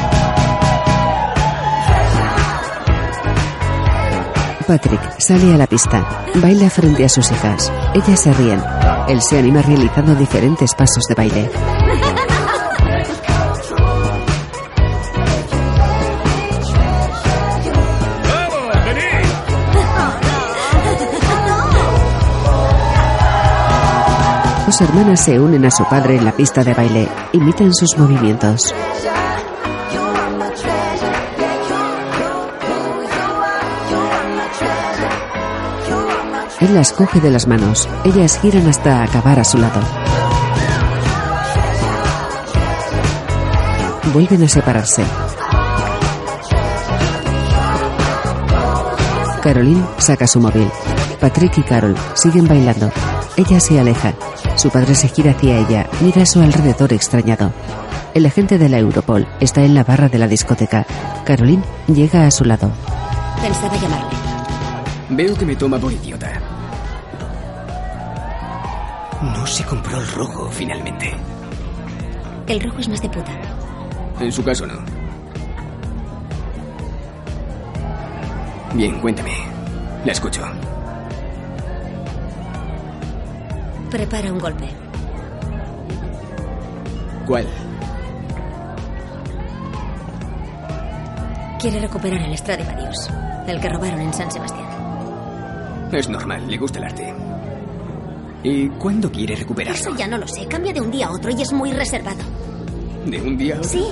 Speaker 1: Patrick sale a la pista, baila frente a sus hijas. Ellas se ríen. Él se anima realizando diferentes pasos de baile.
Speaker 3: ¡Vamos, venid!
Speaker 1: Dos hermanas se unen a su padre en la pista de baile, imitan sus movimientos. Él las coge de las manos, ellas giran hasta acabar a su lado. Vuelven a separarse. Caroline saca su móvil. Patrick y Carol siguen bailando. Ella se aleja. Su padre se gira hacia ella, mira a su alrededor extrañado. El agente de la Europol está en la barra de la discoteca. Caroline llega a su lado.
Speaker 6: Pensaba llamarle.
Speaker 8: Veo que me toma por idiota.
Speaker 7: No se compró el rojo finalmente.
Speaker 6: El rojo es más de puta.
Speaker 8: En su caso, no. Bien, cuéntame. La escucho.
Speaker 6: Prepara un golpe.
Speaker 8: ¿Cuál?
Speaker 6: Quiere recuperar el Stradivarius, el que robaron en San Sebastián.
Speaker 8: Es normal, le gusta el arte. ¿Y cuándo quiere recuperarse?
Speaker 6: Eso ya no lo sé. Cambia de un día a otro y es muy reservado.
Speaker 8: ¿De un día a otro?
Speaker 6: Sí.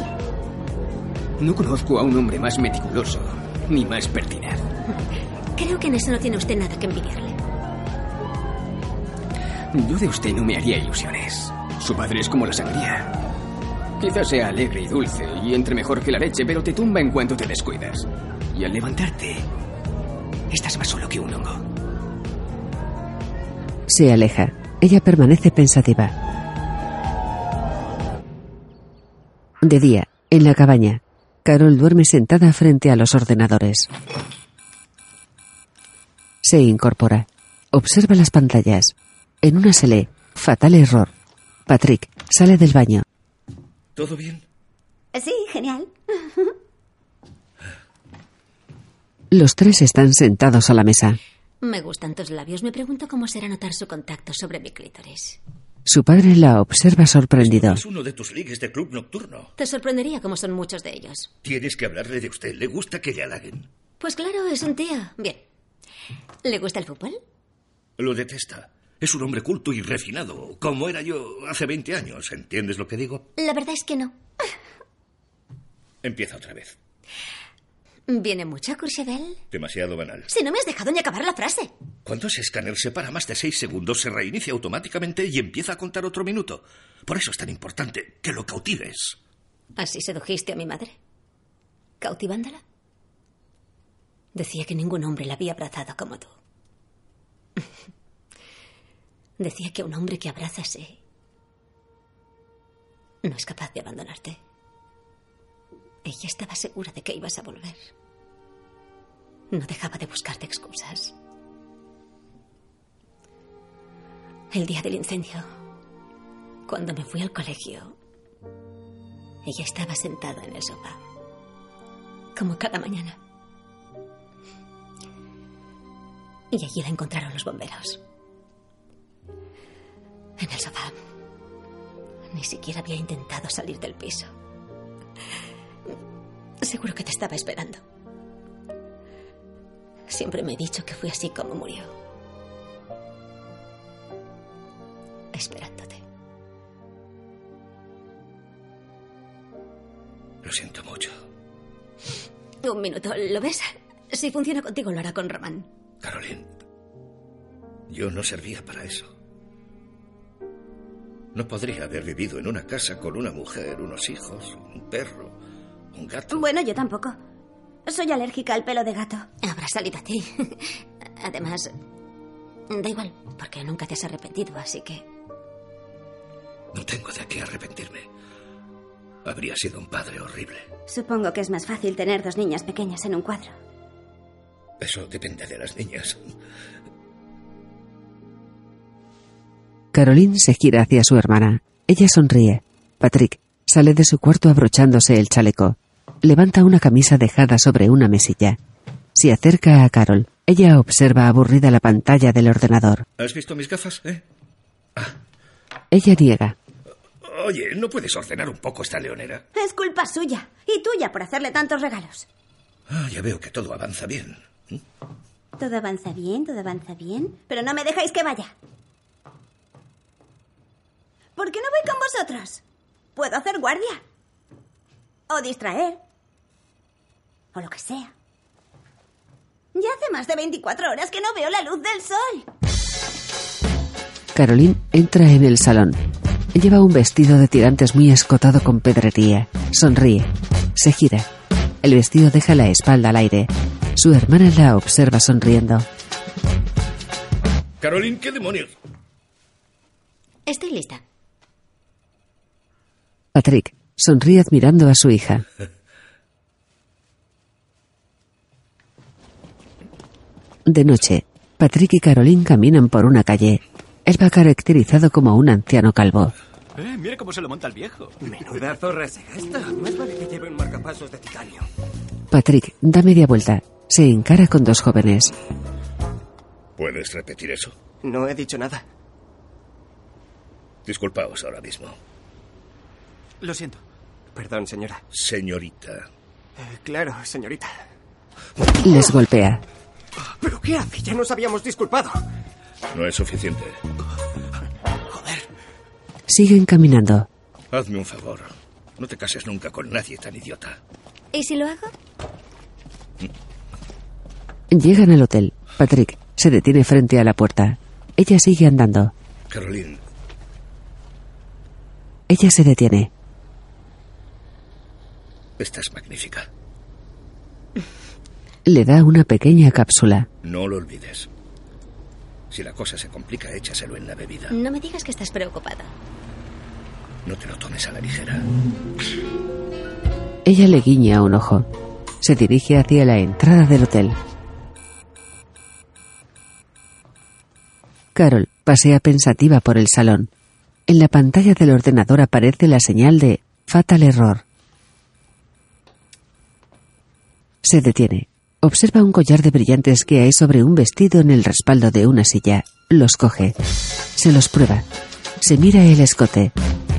Speaker 8: No conozco a un hombre más meticuloso ni más pertinaz.
Speaker 6: Creo que en eso no tiene usted nada que envidiarle.
Speaker 8: Yo de usted no me haría ilusiones. Su padre es como la sangría. Quizás sea alegre y dulce y entre mejor que la leche, pero te tumba en cuanto te descuidas. Y al levantarte, estás más solo que un hongo.
Speaker 1: Se aleja. Ella permanece pensativa. De día, en la cabaña, Carol duerme sentada frente a los ordenadores. Se incorpora. Observa las pantallas. En una se lee, fatal error. Patrick sale del baño.
Speaker 3: ¿Todo bien?
Speaker 11: Sí, genial.
Speaker 1: Los tres están sentados a la mesa.
Speaker 6: Me gustan tus labios. Me pregunto cómo será notar su contacto sobre mi clítoris.
Speaker 1: Su padre la observa sorprendido.
Speaker 3: Es uno de tus ligues de club nocturno.
Speaker 6: Te sorprendería como son muchos de ellos.
Speaker 3: Tienes que hablarle de usted. Le gusta que le halaguen.
Speaker 6: Pues claro, es un tío. Bien. ¿Le gusta el fútbol?
Speaker 3: Lo detesta. Es un hombre culto y refinado, como era yo hace 20 años. ¿Entiendes lo que digo?
Speaker 6: La verdad es que no.
Speaker 3: Empieza otra vez.
Speaker 6: ¿Viene mucho a Courchevel?
Speaker 3: Demasiado banal.
Speaker 6: Si no me has dejado ni acabar la frase.
Speaker 3: Cuando ese escáner se para más de seis segundos, se reinicia automáticamente y empieza a contar otro minuto. Por eso es tan importante que lo cautives.
Speaker 6: Así sedujiste a mi madre. Cautivándola. Decía que ningún hombre la había abrazado como tú. Decía que un hombre que abraza así no es capaz de abandonarte. Ella estaba segura de que ibas a volver. No dejaba de buscarte excusas. El día del incendio, cuando me fui al colegio, ella estaba sentada en el sofá, como cada mañana. Y allí la encontraron los bomberos. En el sofá. Ni siquiera había intentado salir del piso. Seguro que te estaba esperando. Siempre me he dicho que fue así como murió. Esperándote.
Speaker 3: Lo siento mucho.
Speaker 6: Un minuto, ¿lo ves? Si funciona contigo, lo hará con Román.
Speaker 3: Caroline, yo no servía para eso. No podría haber vivido en una casa con una mujer, unos hijos, un perro, un gato.
Speaker 15: Bueno, yo tampoco. Soy alérgica al pelo de gato.
Speaker 6: Habrá salido a ti. Además, da igual, porque nunca te has arrepentido, así que...
Speaker 3: No tengo de qué arrepentirme. Habría sido un padre horrible.
Speaker 15: Supongo que es más fácil tener dos niñas pequeñas en un cuadro.
Speaker 3: Eso depende de las niñas.
Speaker 1: Caroline se gira hacia su hermana. Ella sonríe. Patrick sale de su cuarto abrochándose el chaleco. Levanta una camisa dejada sobre una mesilla. Se acerca a Carol. Ella observa aburrida la pantalla del ordenador.
Speaker 3: ¿Has visto mis gafas, eh?
Speaker 1: Ella niega.
Speaker 3: Oye, ¿no puedes ordenar un poco esta leonera?
Speaker 11: Es culpa suya y tuya por hacerle tantos regalos.
Speaker 3: Ah, ya veo que todo avanza bien.
Speaker 11: Todo avanza bien, todo avanza bien, pero no me dejáis que vaya. ¿Por qué no voy con vosotros? Puedo hacer guardia. O distraer. O lo que sea. Ya hace más de 24 horas que no veo la luz del sol.
Speaker 1: Caroline entra en el salón. Lleva un vestido de tirantes muy escotado con pedrería. Sonríe. Se gira. El vestido deja la espalda al aire. Su hermana la observa sonriendo.
Speaker 3: Caroline, ¿qué demonios?
Speaker 6: Estoy lista.
Speaker 1: Patrick sonríe admirando a su hija. De noche, Patrick y Caroline caminan por una calle. Él va caracterizado como un anciano calvo.
Speaker 16: Eh, mira cómo se lo monta el viejo.
Speaker 8: Menuda zorra se gasta. Más vale que lleve un marcapasos de titanio.
Speaker 1: Patrick da media vuelta. Se encara con dos jóvenes.
Speaker 3: ¿Puedes repetir eso?
Speaker 8: No he dicho nada.
Speaker 3: Disculpaos ahora mismo.
Speaker 8: Lo siento. Perdón, señora.
Speaker 3: Señorita.
Speaker 8: Eh, claro, señorita.
Speaker 1: Les golpea.
Speaker 8: ¿Pero qué hace? Ya nos habíamos disculpado.
Speaker 3: No es suficiente.
Speaker 1: Siguen caminando.
Speaker 3: Hazme un favor. No te cases nunca con nadie tan idiota.
Speaker 6: ¿Y si lo hago?
Speaker 1: Llegan al hotel. Patrick se detiene frente a la puerta. Ella sigue andando.
Speaker 3: Caroline,
Speaker 1: Ella se detiene.
Speaker 3: estás magnífica.
Speaker 1: Le da una pequeña cápsula.
Speaker 3: No lo olvides. Si la cosa se complica, échaselo en la bebida.
Speaker 6: No me digas que estás preocupada.
Speaker 3: No te lo tomes a la ligera.
Speaker 1: Ella le guiña un ojo. Se dirige hacia la entrada del hotel. Carol pasea pensativa por el salón. En la pantalla del ordenador aparece la señal de Fatal Error. Se detiene. Observa un collar de brillantes que hay sobre un vestido en el respaldo de una silla. Los coge. Se los prueba. Se mira el escote.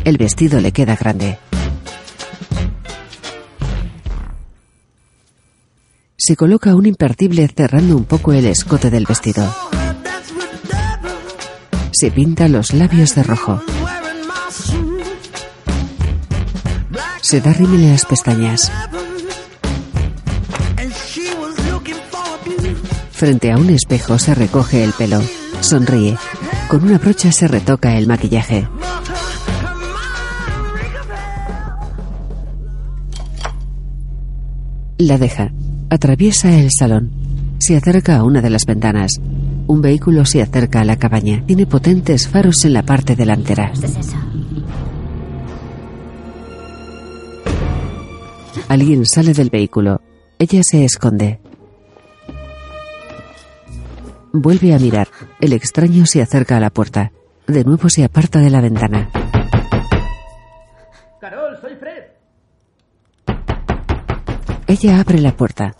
Speaker 1: El vestido le queda grande. Se coloca un imperdible cerrando un poco el escote del vestido. Se pinta los labios de rojo. Se da rímel en las pestañas. Frente a un espejo se recoge el pelo. Sonríe. Con una brocha se retoca el maquillaje. La deja. Atraviesa el salón. Se acerca a una de las ventanas. Un vehículo se acerca a la cabaña. Tiene potentes faros en la parte delantera. Alguien sale del vehículo. Ella se esconde. Vuelve a mirar. El extraño se acerca a la puerta. De nuevo se aparta de la ventana.
Speaker 17: Carol, soy Fred.
Speaker 1: Ella abre la puerta.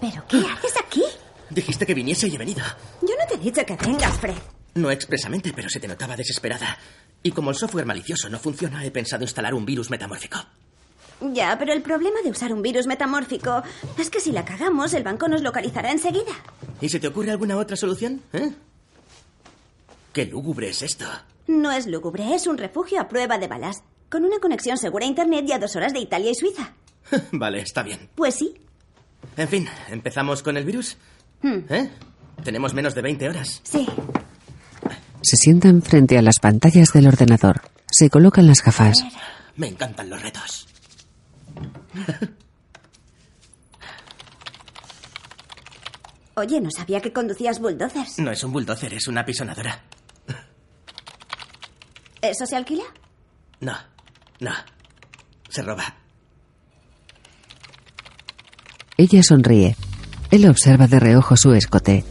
Speaker 11: ¿Pero qué haces aquí?
Speaker 18: Dijiste que viniese y he venido.
Speaker 11: Yo no te he dicho que vengas, Fred.
Speaker 18: No expresamente, pero se te notaba desesperada. Y como el software malicioso no funciona, he pensado instalar un virus metamórfico.
Speaker 11: Ya, pero el problema de usar un virus metamórfico es que si la cagamos, el banco nos localizará enseguida.
Speaker 18: ¿Y se te ocurre alguna otra solución? ¿Eh? ¿Qué lúgubre es esto?
Speaker 11: No es lúgubre, es un refugio a prueba de balas, con una conexión segura a Internet y a dos horas de Italia y Suiza.
Speaker 18: vale, está bien.
Speaker 11: Pues sí.
Speaker 18: En fin, ¿empezamos con el virus? ¿Eh? Tenemos menos de 20 horas.
Speaker 11: Sí.
Speaker 1: Se sientan frente a las pantallas del ordenador. Se colocan las gafas.
Speaker 7: Me encantan los retos.
Speaker 11: Oye, no sabía que conducías bulldozers.
Speaker 7: No es un bulldozer, es una pisonadora.
Speaker 11: ¿Eso se alquila?
Speaker 7: No, no. Se roba.
Speaker 1: Ella sonríe. Él observa de reojo su escote.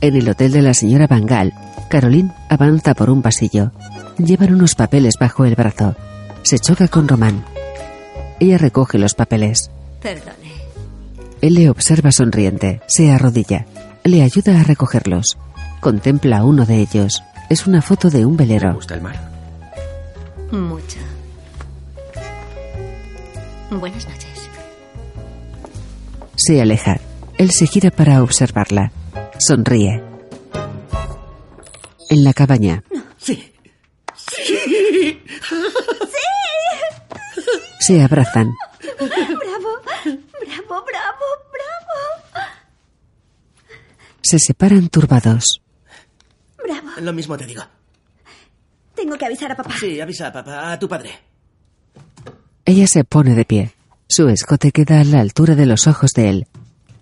Speaker 1: En el hotel de la señora Bangal, Caroline avanza por un pasillo. Llevan unos papeles bajo el brazo. Se choca con Román. Ella recoge los papeles.
Speaker 6: Perdone.
Speaker 1: Él le observa sonriente, se arrodilla, le ayuda a recogerlos. Contempla uno de ellos. Es una foto de un velero.
Speaker 4: gusta el mar?
Speaker 6: Mucho. Buenas noches.
Speaker 1: Se aleja. Él se gira para observarla. Sonríe. En la cabaña,
Speaker 7: Sí.
Speaker 9: ¡Sí!
Speaker 1: se abrazan.
Speaker 9: ¡Bravo! ¡Bravo, bravo, bravo!
Speaker 1: Se separan turbados.
Speaker 11: Bravo.
Speaker 7: Lo mismo te digo.
Speaker 11: Tengo que avisar a papá.
Speaker 7: Sí, avisa a papá, a tu padre.
Speaker 1: Ella se pone de pie. Su escote queda a la altura de los ojos de él.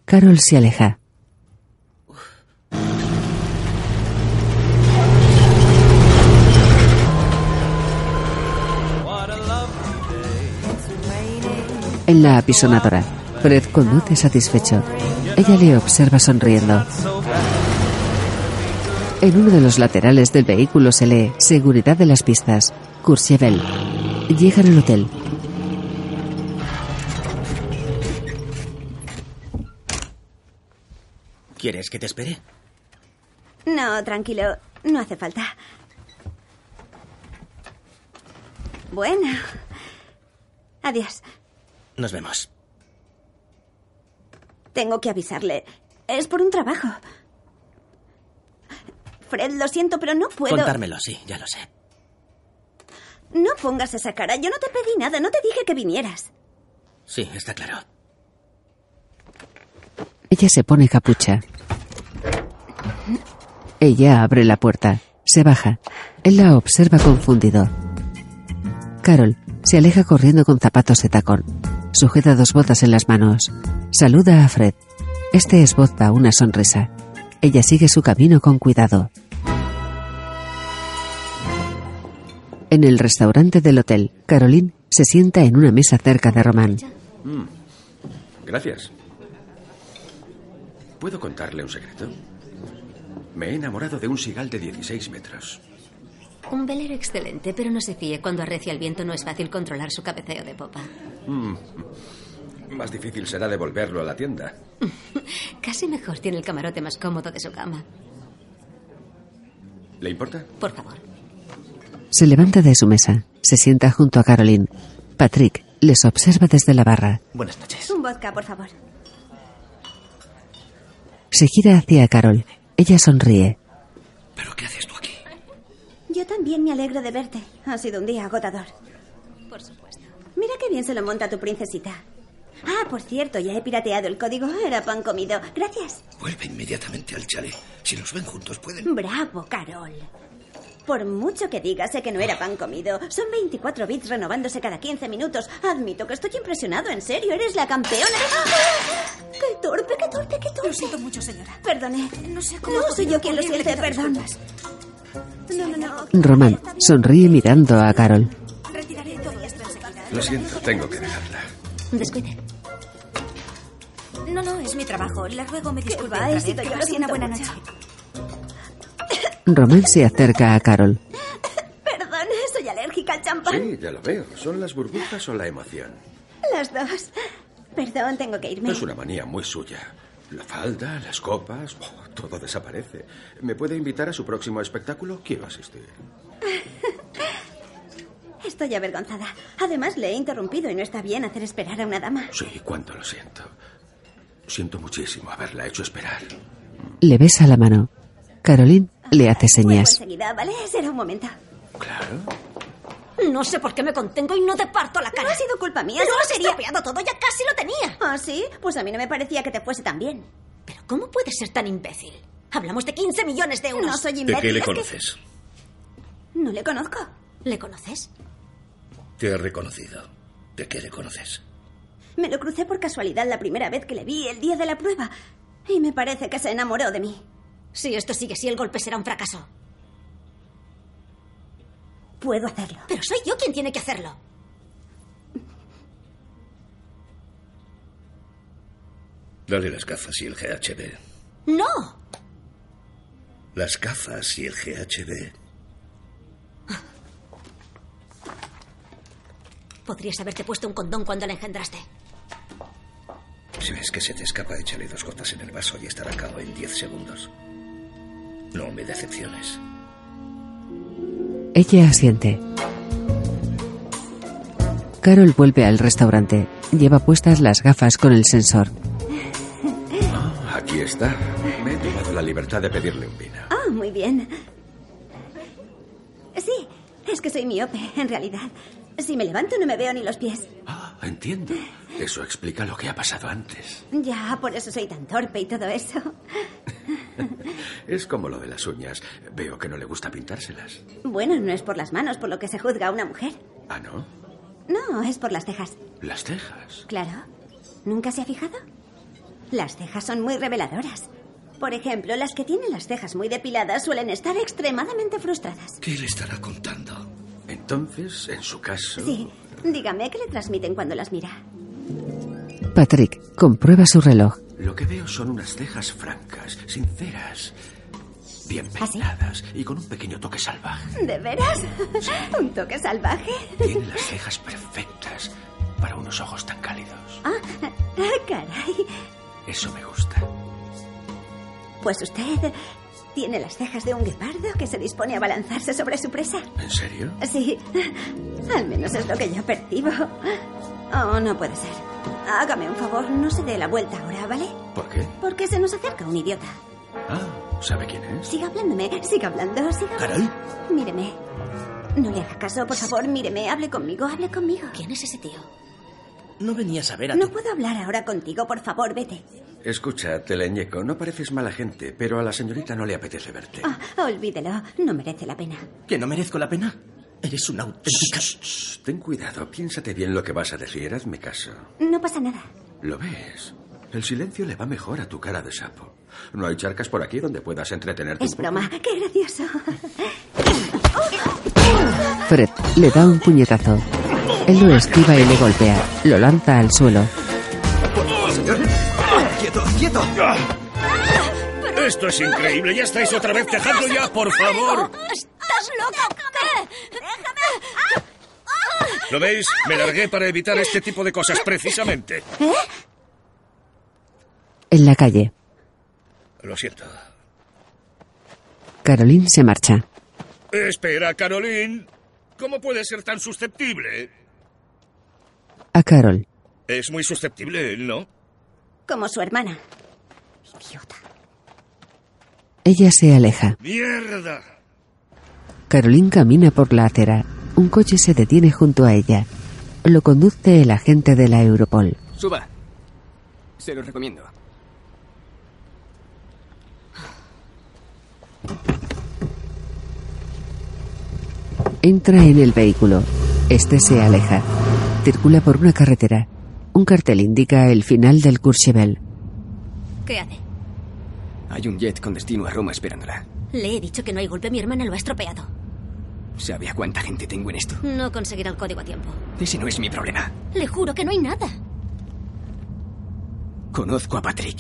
Speaker 1: Carol se aleja. En la apisonadora, Fred conduce satisfecho. Ella le observa sonriendo. En uno de los laterales del vehículo se lee Seguridad de las pistas. Courchevel. Llegan al hotel.
Speaker 7: ¿Quieres que te espere?
Speaker 11: No, tranquilo. No hace falta. Bueno. Adiós.
Speaker 7: Nos vemos.
Speaker 11: Tengo que avisarle. Es por un trabajo. Fred, lo siento, pero no puedo.
Speaker 7: Contármelo, sí, ya lo sé.
Speaker 11: No pongas esa cara. Yo no te pedí nada. No te dije que vinieras.
Speaker 7: Sí, está claro.
Speaker 1: Ella se pone capucha. Ella abre la puerta. Se baja. Él la observa confundido. Carol se aleja corriendo con zapatos de tacón. Sujeta dos botas en las manos. Saluda a Fred. Este esboza una sonrisa. Ella sigue su camino con cuidado. En el restaurante del hotel, Caroline se sienta en una mesa cerca de Román.
Speaker 4: Mm. Gracias. ¿Puedo contarle un secreto? Me he enamorado de un sigal de 16 metros.
Speaker 6: Un velero excelente, pero no se fíe. Cuando arrecia el viento no es fácil controlar su cabeceo de popa.
Speaker 4: Mm. Más difícil será devolverlo a la tienda.
Speaker 6: Casi mejor tiene el camarote más cómodo de su cama.
Speaker 4: ¿Le importa?
Speaker 6: Por favor.
Speaker 1: Se levanta de su mesa, se sienta junto a Caroline. Patrick les observa desde la barra,
Speaker 7: Buenas noches.
Speaker 11: Un vodka, por favor.
Speaker 1: se gira hacia Carol. Ella sonríe.
Speaker 11: Yo también me alegro de verte. Ha sido un día agotador.
Speaker 6: Por supuesto.
Speaker 11: Mira qué bien se lo monta tu princesita. Ah, por cierto, ya he pirateado el código. Era pan comido. Gracias.
Speaker 3: Vuelve inmediatamente al chalet. Si nos ven juntos, pueden.
Speaker 11: Bravo, Carol. Por mucho que digas, sé que no era pan comido. Son 24 bits renovándose cada 15 minutos. Admito que estoy impresionado, en serio. Eres la campeona. de- ¡Ah! ¡Qué torpe, qué torpe, qué torpe! Lo siento mucho, señora. Perdone. No sé
Speaker 9: cómo
Speaker 11: No soy
Speaker 9: podría
Speaker 11: yo quien lo
Speaker 9: ocurrirle
Speaker 11: siente,
Speaker 9: que te
Speaker 11: perdón. No, no, no.
Speaker 1: Román sonríe mirando a Carol.
Speaker 11: Retiraré todo esto enseguida.
Speaker 4: Lo siento, tengo que dejarla.
Speaker 6: Descuide.
Speaker 9: No, no, es mi trabajo. Le ruego me disculpe.
Speaker 11: va,
Speaker 9: otra
Speaker 11: he
Speaker 9: vez.
Speaker 11: sido
Speaker 9: Que
Speaker 11: yo, lo
Speaker 9: pase una
Speaker 11: siento
Speaker 9: buena
Speaker 11: mucho.
Speaker 9: noche.
Speaker 1: Román se acerca a Carol.
Speaker 11: Perdón, soy alérgica al champán.
Speaker 4: Sí, ya lo veo. ¿Son las burbujas o la emoción?
Speaker 11: Las dos. Perdón, tengo que irme.
Speaker 4: Es una manía muy suya. La falda, las copas, oh, todo desaparece. ¿Me puede invitar a su próximo espectáculo? Quiero asistir.
Speaker 11: Estoy avergonzada. Además, le he interrumpido y no está bien hacer esperar a una dama.
Speaker 4: Sí, cuánto lo siento. Siento muchísimo haberla hecho esperar.
Speaker 1: Le besa la mano. Caroline le hace
Speaker 11: Vuelvo
Speaker 1: señas.
Speaker 11: enseguida, ¿vale? Será un momento.
Speaker 4: Claro.
Speaker 6: No sé por qué me contengo y no te parto la cara.
Speaker 11: No ha sido culpa mía.
Speaker 6: Lo
Speaker 11: solo
Speaker 6: has
Speaker 11: quería-
Speaker 6: estropeado todo, ya casi lo tenía.
Speaker 11: ¿Ah, sí? Pues a mí no me parecía que te fuese tan bien.
Speaker 6: ¿Pero cómo puedes ser tan imbécil? Hablamos de 15 millones de euros.
Speaker 11: No soy
Speaker 3: ¿De
Speaker 11: imbécil.
Speaker 3: qué le
Speaker 11: es que
Speaker 3: conoces?
Speaker 11: No le conozco.
Speaker 19: ¿Le conoces?
Speaker 20: Te he reconocido. ¿De qué le conoces?
Speaker 6: Me lo crucé por casualidad la primera vez que le vi el día de la prueba. Y me parece que se enamoró de mí.
Speaker 19: Si esto sigue así, el golpe será un fracaso.
Speaker 6: Puedo hacerlo.
Speaker 19: Pero soy yo quien tiene que hacerlo.
Speaker 20: Dale las gafas y el GHB.
Speaker 19: ¡No!
Speaker 20: Las gafas y el GHB.
Speaker 19: Podrías haberte puesto un condón cuando la engendraste.
Speaker 20: Si ves que se te escapa, échale dos gotas en el vaso y estará a cabo en 10 segundos. No me decepciones.
Speaker 1: Ella asiente. Carol vuelve al restaurante. Lleva puestas las gafas con el sensor.
Speaker 3: Aquí está. Me he tomado la libertad de pedirle un vino.
Speaker 6: Ah, muy bien. Sí, es que soy miope, en realidad. Si me levanto no me veo ni los pies.
Speaker 3: Ah, Entiendo. Eso explica lo que ha pasado antes.
Speaker 6: Ya, por eso soy tan torpe y todo eso.
Speaker 3: Es como lo de las uñas. Veo que no le gusta pintárselas.
Speaker 6: Bueno, no es por las manos por lo que se juzga a una mujer.
Speaker 3: Ah, ¿no?
Speaker 6: No, es por las cejas.
Speaker 3: Las cejas.
Speaker 6: Claro. ¿Nunca se ha fijado? Las cejas son muy reveladoras. Por ejemplo, las que tienen las cejas muy depiladas suelen estar extremadamente frustradas.
Speaker 20: ¿Qué le estará contando?
Speaker 3: Entonces, en su caso...
Speaker 6: Sí, dígame qué le transmiten cuando las mira.
Speaker 1: Patrick comprueba su reloj.
Speaker 3: Lo que veo son unas cejas francas, sinceras, bien
Speaker 6: ¿Ah,
Speaker 3: peinadas y con un pequeño toque salvaje.
Speaker 6: ¿De veras? ¿Un toque salvaje?
Speaker 3: Tiene las cejas perfectas para unos ojos tan cálidos.
Speaker 6: Ah, ah, caray.
Speaker 3: Eso me gusta.
Speaker 6: Pues usted tiene las cejas de un guepardo que se dispone a balanzarse sobre su presa.
Speaker 3: ¿En serio?
Speaker 6: Sí, al menos es lo que yo percibo. Oh, no puede ser. Hágame un favor, no se dé la vuelta ahora, ¿vale?
Speaker 3: ¿Por qué?
Speaker 6: Porque se nos acerca un idiota.
Speaker 3: Ah, ¿sabe quién es?
Speaker 6: Siga hablándome, siga hablando, siga.
Speaker 3: Carol.
Speaker 6: Míreme. No le haga caso, por favor, míreme, hable conmigo, hable conmigo.
Speaker 19: ¿Quién es ese tío?
Speaker 11: No venías a ver a
Speaker 6: No
Speaker 11: tu-
Speaker 6: puedo hablar ahora contigo, por favor, vete.
Speaker 3: Escucha, teleñeco, no pareces mala gente, pero a la señorita no le apetece verte.
Speaker 6: Ah, olvídelo, no merece la pena.
Speaker 11: ¿Que no merezco la pena? Eres una auténtica...
Speaker 3: Ten cuidado, piénsate bien lo que vas a decir, hazme caso.
Speaker 6: No pasa nada.
Speaker 3: ¿Lo ves? El silencio le va mejor a tu cara de sapo. No hay charcas por aquí donde puedas entretenerte.
Speaker 6: Es
Speaker 3: un poco.
Speaker 6: broma, qué gracioso.
Speaker 1: Fred le da un puñetazo. Él lo esquiva y le golpea. Lo lanza al suelo.
Speaker 21: ¡Quieto, quieto!
Speaker 20: Esto es increíble. Ya estáis otra vez quejando ya, por favor.
Speaker 6: ¡Oh!
Speaker 22: ¿Estás loca o qué?
Speaker 20: ¿Lo veis? Me largué para evitar este tipo de cosas precisamente.
Speaker 1: En la calle,
Speaker 20: Lo siento.
Speaker 1: Caroline se marcha.
Speaker 20: Espera, Caroline. ¿Cómo puede ser tan susceptible?
Speaker 1: A Carol.
Speaker 20: Es muy susceptible, ¿no?
Speaker 6: Como su hermana.
Speaker 1: Ella se aleja.
Speaker 20: ¡Mierda!
Speaker 1: Caroline camina por la acera. Un coche se detiene junto a ella. Lo conduce el agente de la Europol.
Speaker 8: Suba. Se lo recomiendo.
Speaker 1: Entra en el vehículo. Este se aleja. Circula por una carretera. Un cartel indica el final del Courchevel.
Speaker 19: ¿Qué hace?
Speaker 8: Hay un jet con destino a Roma esperándola.
Speaker 19: Le he dicho que no hay golpe. Mi hermana lo ha estropeado.
Speaker 8: ¿Sabe a cuánta gente tengo en esto?
Speaker 19: No conseguirá el código a tiempo.
Speaker 8: Ese no es mi problema.
Speaker 19: Le juro que no hay nada.
Speaker 8: Conozco a Patrick.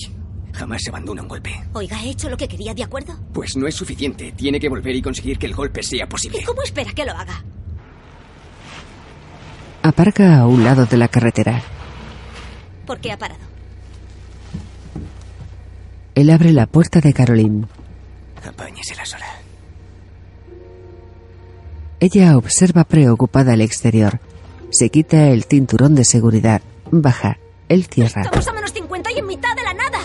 Speaker 8: Jamás abandona un golpe.
Speaker 19: Oiga, he hecho lo que quería, ¿de acuerdo?
Speaker 8: Pues no es suficiente. Tiene que volver y conseguir que el golpe sea
Speaker 19: ¿Y
Speaker 8: posible.
Speaker 19: cómo espera que lo haga?
Speaker 1: Aparca a un lado de la carretera.
Speaker 19: ¿Por qué ha parado?
Speaker 1: Él abre la puerta de Caroline.
Speaker 8: Apáñesela sola.
Speaker 1: Ella observa preocupada el exterior. Se quita el cinturón de seguridad. Baja. Él
Speaker 20: Ah.
Speaker 1: cierra.
Speaker 19: Estamos a menos 50 y en mitad de la nada.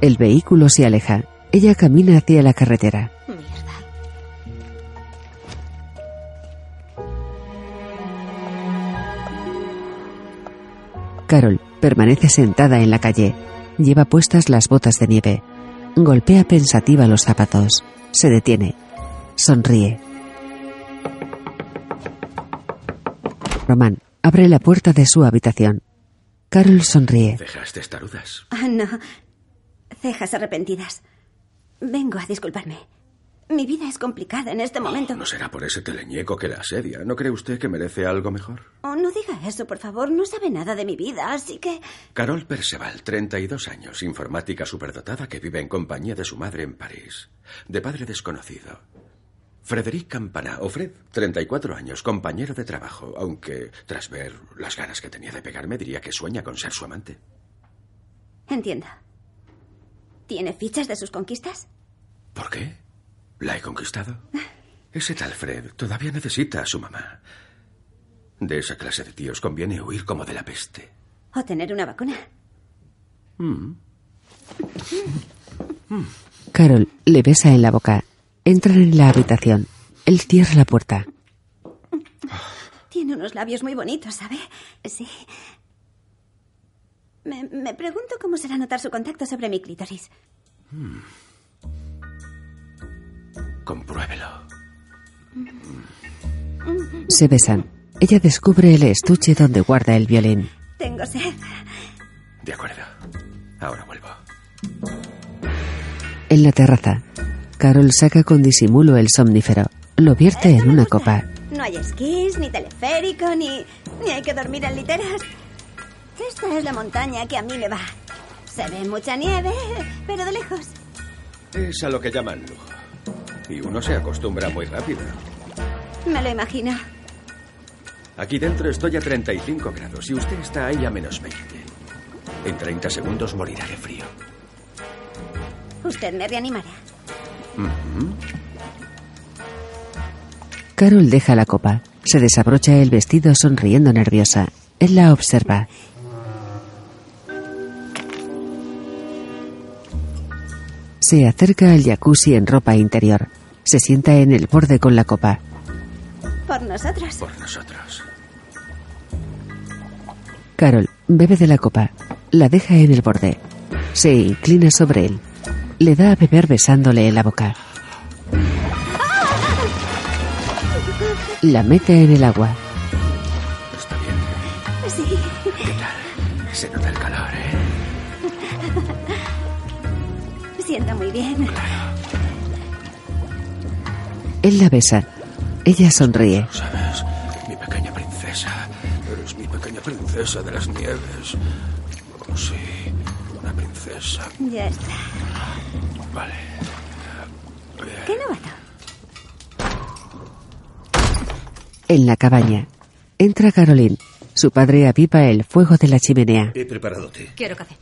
Speaker 1: El vehículo se aleja. Ella camina hacia la carretera. Carol permanece sentada en la calle. Lleva puestas las botas de nieve. Golpea pensativa los zapatos. Se detiene. Sonríe. Román abre la puerta de su habitación. Carol sonríe.
Speaker 4: Cejas testarudas.
Speaker 11: Ah, no. Cejas arrepentidas. Vengo a disculparme. Mi vida es complicada en este momento.
Speaker 4: No será por ese teleñeco que la asedia. ¿No cree usted que merece algo mejor?
Speaker 11: Oh, no diga eso, por favor. No sabe nada de mi vida, así que...
Speaker 4: Carol Perceval, 32 años, informática superdotada que vive en compañía de su madre en París, de padre desconocido. Frederic Campana, o Fred, 34 años, compañero de trabajo, aunque tras ver las ganas que tenía de pegarme diría que sueña con ser su amante.
Speaker 11: Entienda. ¿Tiene fichas de sus conquistas?
Speaker 4: ¿Por qué? ¿La he conquistado? Ese tal Fred todavía necesita a su mamá. De esa clase de tíos conviene huir como de la peste.
Speaker 11: ¿O tener una vacuna?
Speaker 4: Mm.
Speaker 1: Carol le besa en la boca. Entran en la habitación. Él cierra la puerta.
Speaker 11: Tiene unos labios muy bonitos, ¿sabe? Sí. Me, me pregunto cómo será notar su contacto sobre mi clítoris.
Speaker 4: Mm. Compruébelo.
Speaker 1: Se besan. Ella descubre el estuche donde guarda el violín.
Speaker 11: Tengo sed.
Speaker 4: De acuerdo. Ahora vuelvo.
Speaker 1: En la terraza, Carol saca con disimulo el somnífero. Lo vierte en una copa.
Speaker 11: No hay esquís, ni teleférico, ni, ni hay que dormir en literas. Esta es la montaña que a mí me va. Se ve mucha nieve, pero de lejos.
Speaker 4: Es a lo que llaman lujo. Y uno se acostumbra muy rápido.
Speaker 11: Me lo imagino.
Speaker 4: Aquí dentro estoy a 35 grados y usted está ahí a menos 20. En 30 segundos morirá de frío.
Speaker 11: Usted me reanimará.
Speaker 4: Ujú.
Speaker 1: Carol deja la copa. Se desabrocha el vestido sonriendo nerviosa. Él la observa. Se acerca al jacuzzi en ropa interior. Se sienta en el borde con la copa.
Speaker 11: Por nosotros.
Speaker 4: Por nosotros.
Speaker 1: Carol bebe de la copa. La deja en el borde. Se inclina sobre él. Le da a beber besándole en la boca. La mete en el agua.
Speaker 4: Está bien.
Speaker 11: Sí.
Speaker 4: ¿Qué tal? Se nota el calor, ¿eh?
Speaker 11: Sienta muy bien.
Speaker 1: Él la besa. Ella sonríe.
Speaker 4: ¿Sabes? Mi pequeña princesa. Eres mi pequeña princesa de las nieves. Como si una princesa.
Speaker 11: Ya está.
Speaker 4: Vale.
Speaker 11: ¿Qué novato?
Speaker 1: En la cabaña. Entra Caroline. Su padre aviva el fuego de la chimenea.
Speaker 3: He preparado té.
Speaker 6: Quiero café.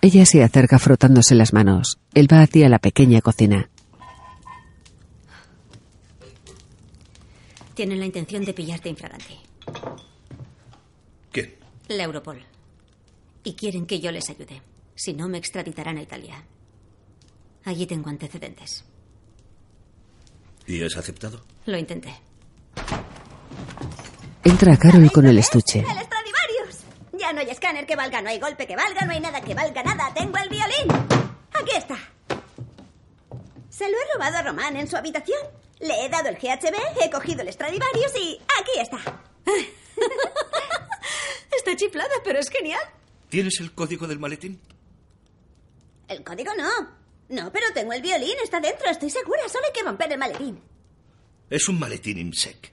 Speaker 1: Ella se acerca frotándose las manos. Él va hacia la pequeña cocina.
Speaker 6: Tienen la intención de pillarte infragante.
Speaker 3: ¿Quién?
Speaker 6: La Europol. Y quieren que yo les ayude. Si no, me extraditarán a Italia. Allí tengo antecedentes.
Speaker 3: ¿Y has aceptado?
Speaker 6: Lo intenté.
Speaker 1: Entra Carol con el estuche.
Speaker 11: ¡El Stradivarius! Ya no hay escáner que valga, no hay golpe que valga, no hay nada que valga nada. Tengo el violín. Aquí está. Se lo he robado a Román en su habitación. Le he dado el GHB, he cogido el Stradivarius y aquí está.
Speaker 6: Está chiflada, pero es genial.
Speaker 3: ¿Tienes el código del maletín?
Speaker 11: El código no. No, pero tengo el violín, está dentro, estoy segura. Solo hay que romper el maletín.
Speaker 3: Es un maletín IMSEC.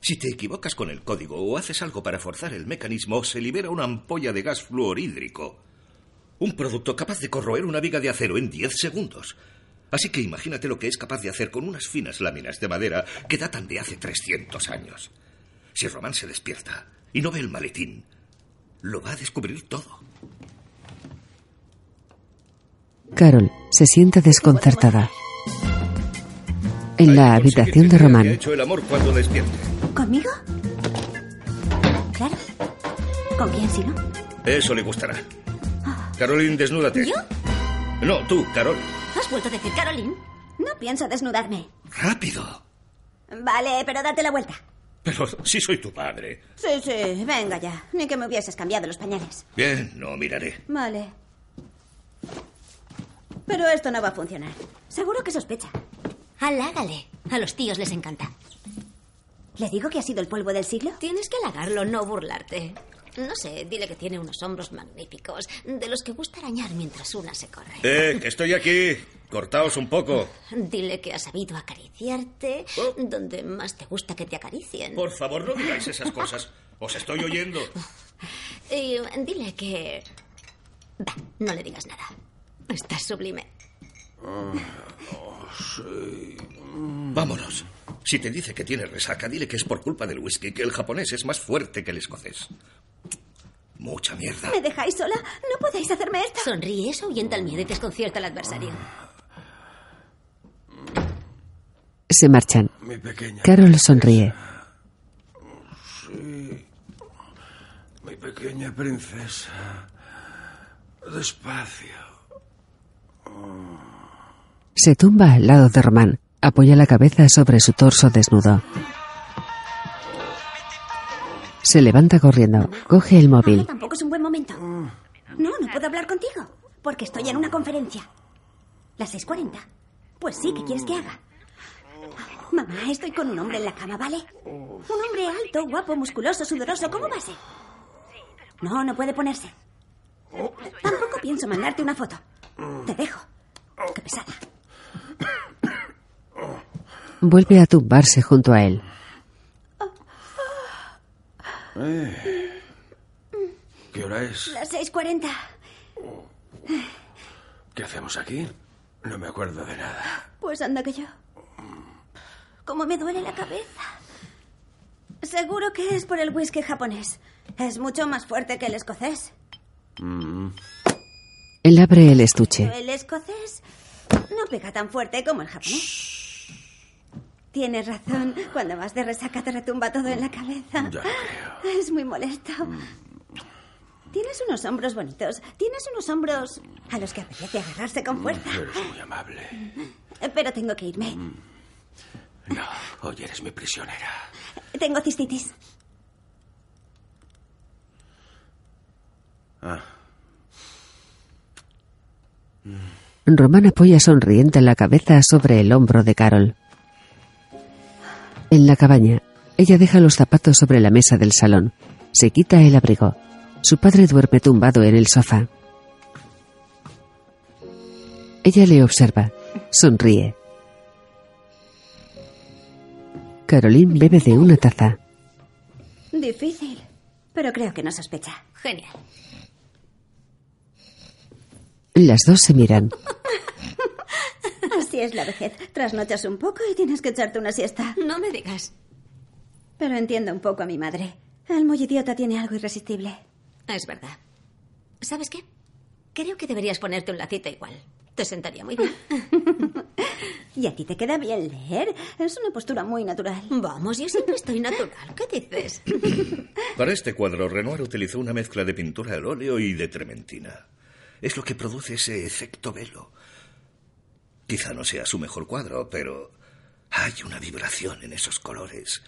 Speaker 3: Si te equivocas con el código o haces algo para forzar el mecanismo, se libera una ampolla de gas fluorhídrico. Un producto capaz de corroer una viga de acero en 10 segundos. Así que imagínate lo que es capaz de hacer con unas finas láminas de madera que datan de hace 300 años. Si Román se despierta y no ve el maletín, lo va a descubrir todo.
Speaker 1: Carol se sienta desconcertada. En la habitación de
Speaker 3: Ha
Speaker 1: Román,
Speaker 3: hecho el amor cuando despierte.
Speaker 11: ¿Conmigo? Claro. ¿Con quién si no?
Speaker 3: Eso le gustará. Caroline, desnúdate.
Speaker 11: ¿Yo?
Speaker 3: No, tú, Carol.
Speaker 11: ¿Has vuelto a decir Caroline? No pienso desnudarme.
Speaker 3: Rápido.
Speaker 11: Vale, pero date la vuelta.
Speaker 3: Pero sí soy tu padre.
Speaker 6: Eh,
Speaker 11: Sí, sí, venga ya. Ni que me hubieses cambiado los pañales.
Speaker 3: Bien, no miraré.
Speaker 11: Vale. Pero esto no va a funcionar. Seguro que sospecha.
Speaker 6: Alágale. A los tíos les encanta.
Speaker 11: ¿Le digo que ha sido el polvo del siglo?
Speaker 6: Tienes que halagarlo, no burlarte. No sé, dile que tiene unos hombros magníficos, de los que gusta arañar mientras una se corre.
Speaker 3: Eh, que estoy aquí. Cortaos un poco.
Speaker 6: Dile que ha sabido acariciarte donde más te gusta que te acaricien.
Speaker 3: Oh. Por favor, no digáis esas cosas. Os estoy oyendo.
Speaker 6: Y mm, dile que... Va, no le digas nada. Estás sublime.
Speaker 3: Vámonos. Si te dice que tiene resaca, dile que es por culpa del whisky, que el japonés es más fuerte que el escocés. Mucha mierda.
Speaker 11: ¿Me dejáis sola? No podéis hacerme esto.
Speaker 6: Sonríe, eso ahuyenta el miedo y desconcierta al adversario.
Speaker 1: Se marchan.
Speaker 4: Mi pequeña.
Speaker 1: Carol sonríe.
Speaker 4: Sí. Mi pequeña princesa. Despacio.
Speaker 1: Se tumba al lado de Román. Apoya la cabeza sobre su torso desnudo. Se levanta corriendo. Coge el
Speaker 11: Ahora
Speaker 1: móvil.
Speaker 11: tampoco es un buen momento. No, no puedo hablar contigo, porque estoy en una conferencia. Las 6.40. Pues sí, ¿qué quieres que haga? Mamá, estoy con un hombre en la cama, ¿vale? Un hombre alto, guapo, musculoso, sudoroso, ¿cómo va a ser? No, no puede ponerse. Tampoco pienso mandarte una foto. Te dejo. Qué pesada.
Speaker 1: Vuelve a tumbarse junto a él.
Speaker 4: Eh. ¿Qué hora es?
Speaker 11: Las 6.40.
Speaker 4: ¿Qué hacemos aquí? No me acuerdo de nada.
Speaker 11: Pues anda que yo. Como me duele la cabeza. Seguro que es por el whisky japonés. Es mucho más fuerte que el escocés.
Speaker 1: Él abre el estuche.
Speaker 11: El escocés no pega tan fuerte como el japonés. Tienes razón. Cuando vas de resaca te retumba todo en la cabeza.
Speaker 4: Ya lo
Speaker 11: Es muy molesto. Tienes unos hombros bonitos. Tienes unos hombros a los que apetece agarrarse con fuerza.
Speaker 4: Eres muy amable.
Speaker 11: Eh, Pero tengo que irme.
Speaker 4: No, hoy eres mi prisionera.
Speaker 11: Tengo cistitis.
Speaker 4: Ah,
Speaker 1: Román apoya sonriente la cabeza sobre el hombro de Carol. En la cabaña, ella deja los zapatos sobre la mesa del salón. Se quita el abrigo. Su padre duerme tumbado en el sofá. Ella le observa. Sonríe. Caroline bebe de una taza.
Speaker 11: Difícil. Pero creo que no sospecha.
Speaker 6: Genial.
Speaker 1: Las dos se miran.
Speaker 11: Así es la vejez. Trasnochas un poco y tienes que echarte una siesta.
Speaker 6: No me digas.
Speaker 11: Pero entiendo un poco a mi madre. El muy idiota tiene algo irresistible.
Speaker 6: Es verdad. ¿Sabes qué? Creo que deberías ponerte un lacito igual. Te sentaría muy bien.
Speaker 11: Y a ti te queda bien leer. Es una postura muy natural.
Speaker 6: Vamos, yo siempre estoy natural. ¿Qué dices?
Speaker 3: Para este cuadro, Renoir utilizó una mezcla de pintura al óleo y de trementina. Es lo que produce ese efecto velo. Quizá no sea su mejor cuadro, pero hay una vibración en esos colores.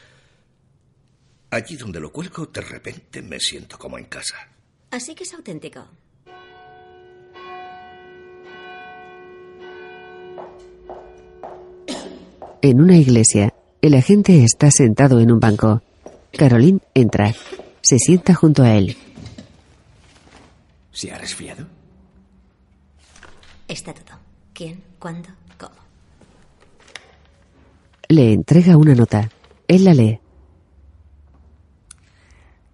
Speaker 3: Allí donde lo cuelgo, de repente me siento como en casa.
Speaker 6: Así que es auténtico.
Speaker 1: En una iglesia, el agente está sentado en un banco. Caroline entra. Se sienta junto a él.
Speaker 4: ¿se ha resfriado?
Speaker 6: Está todo. ¿Quién? ¿Cuándo? ¿Cómo?
Speaker 1: Le entrega una nota. Él la lee.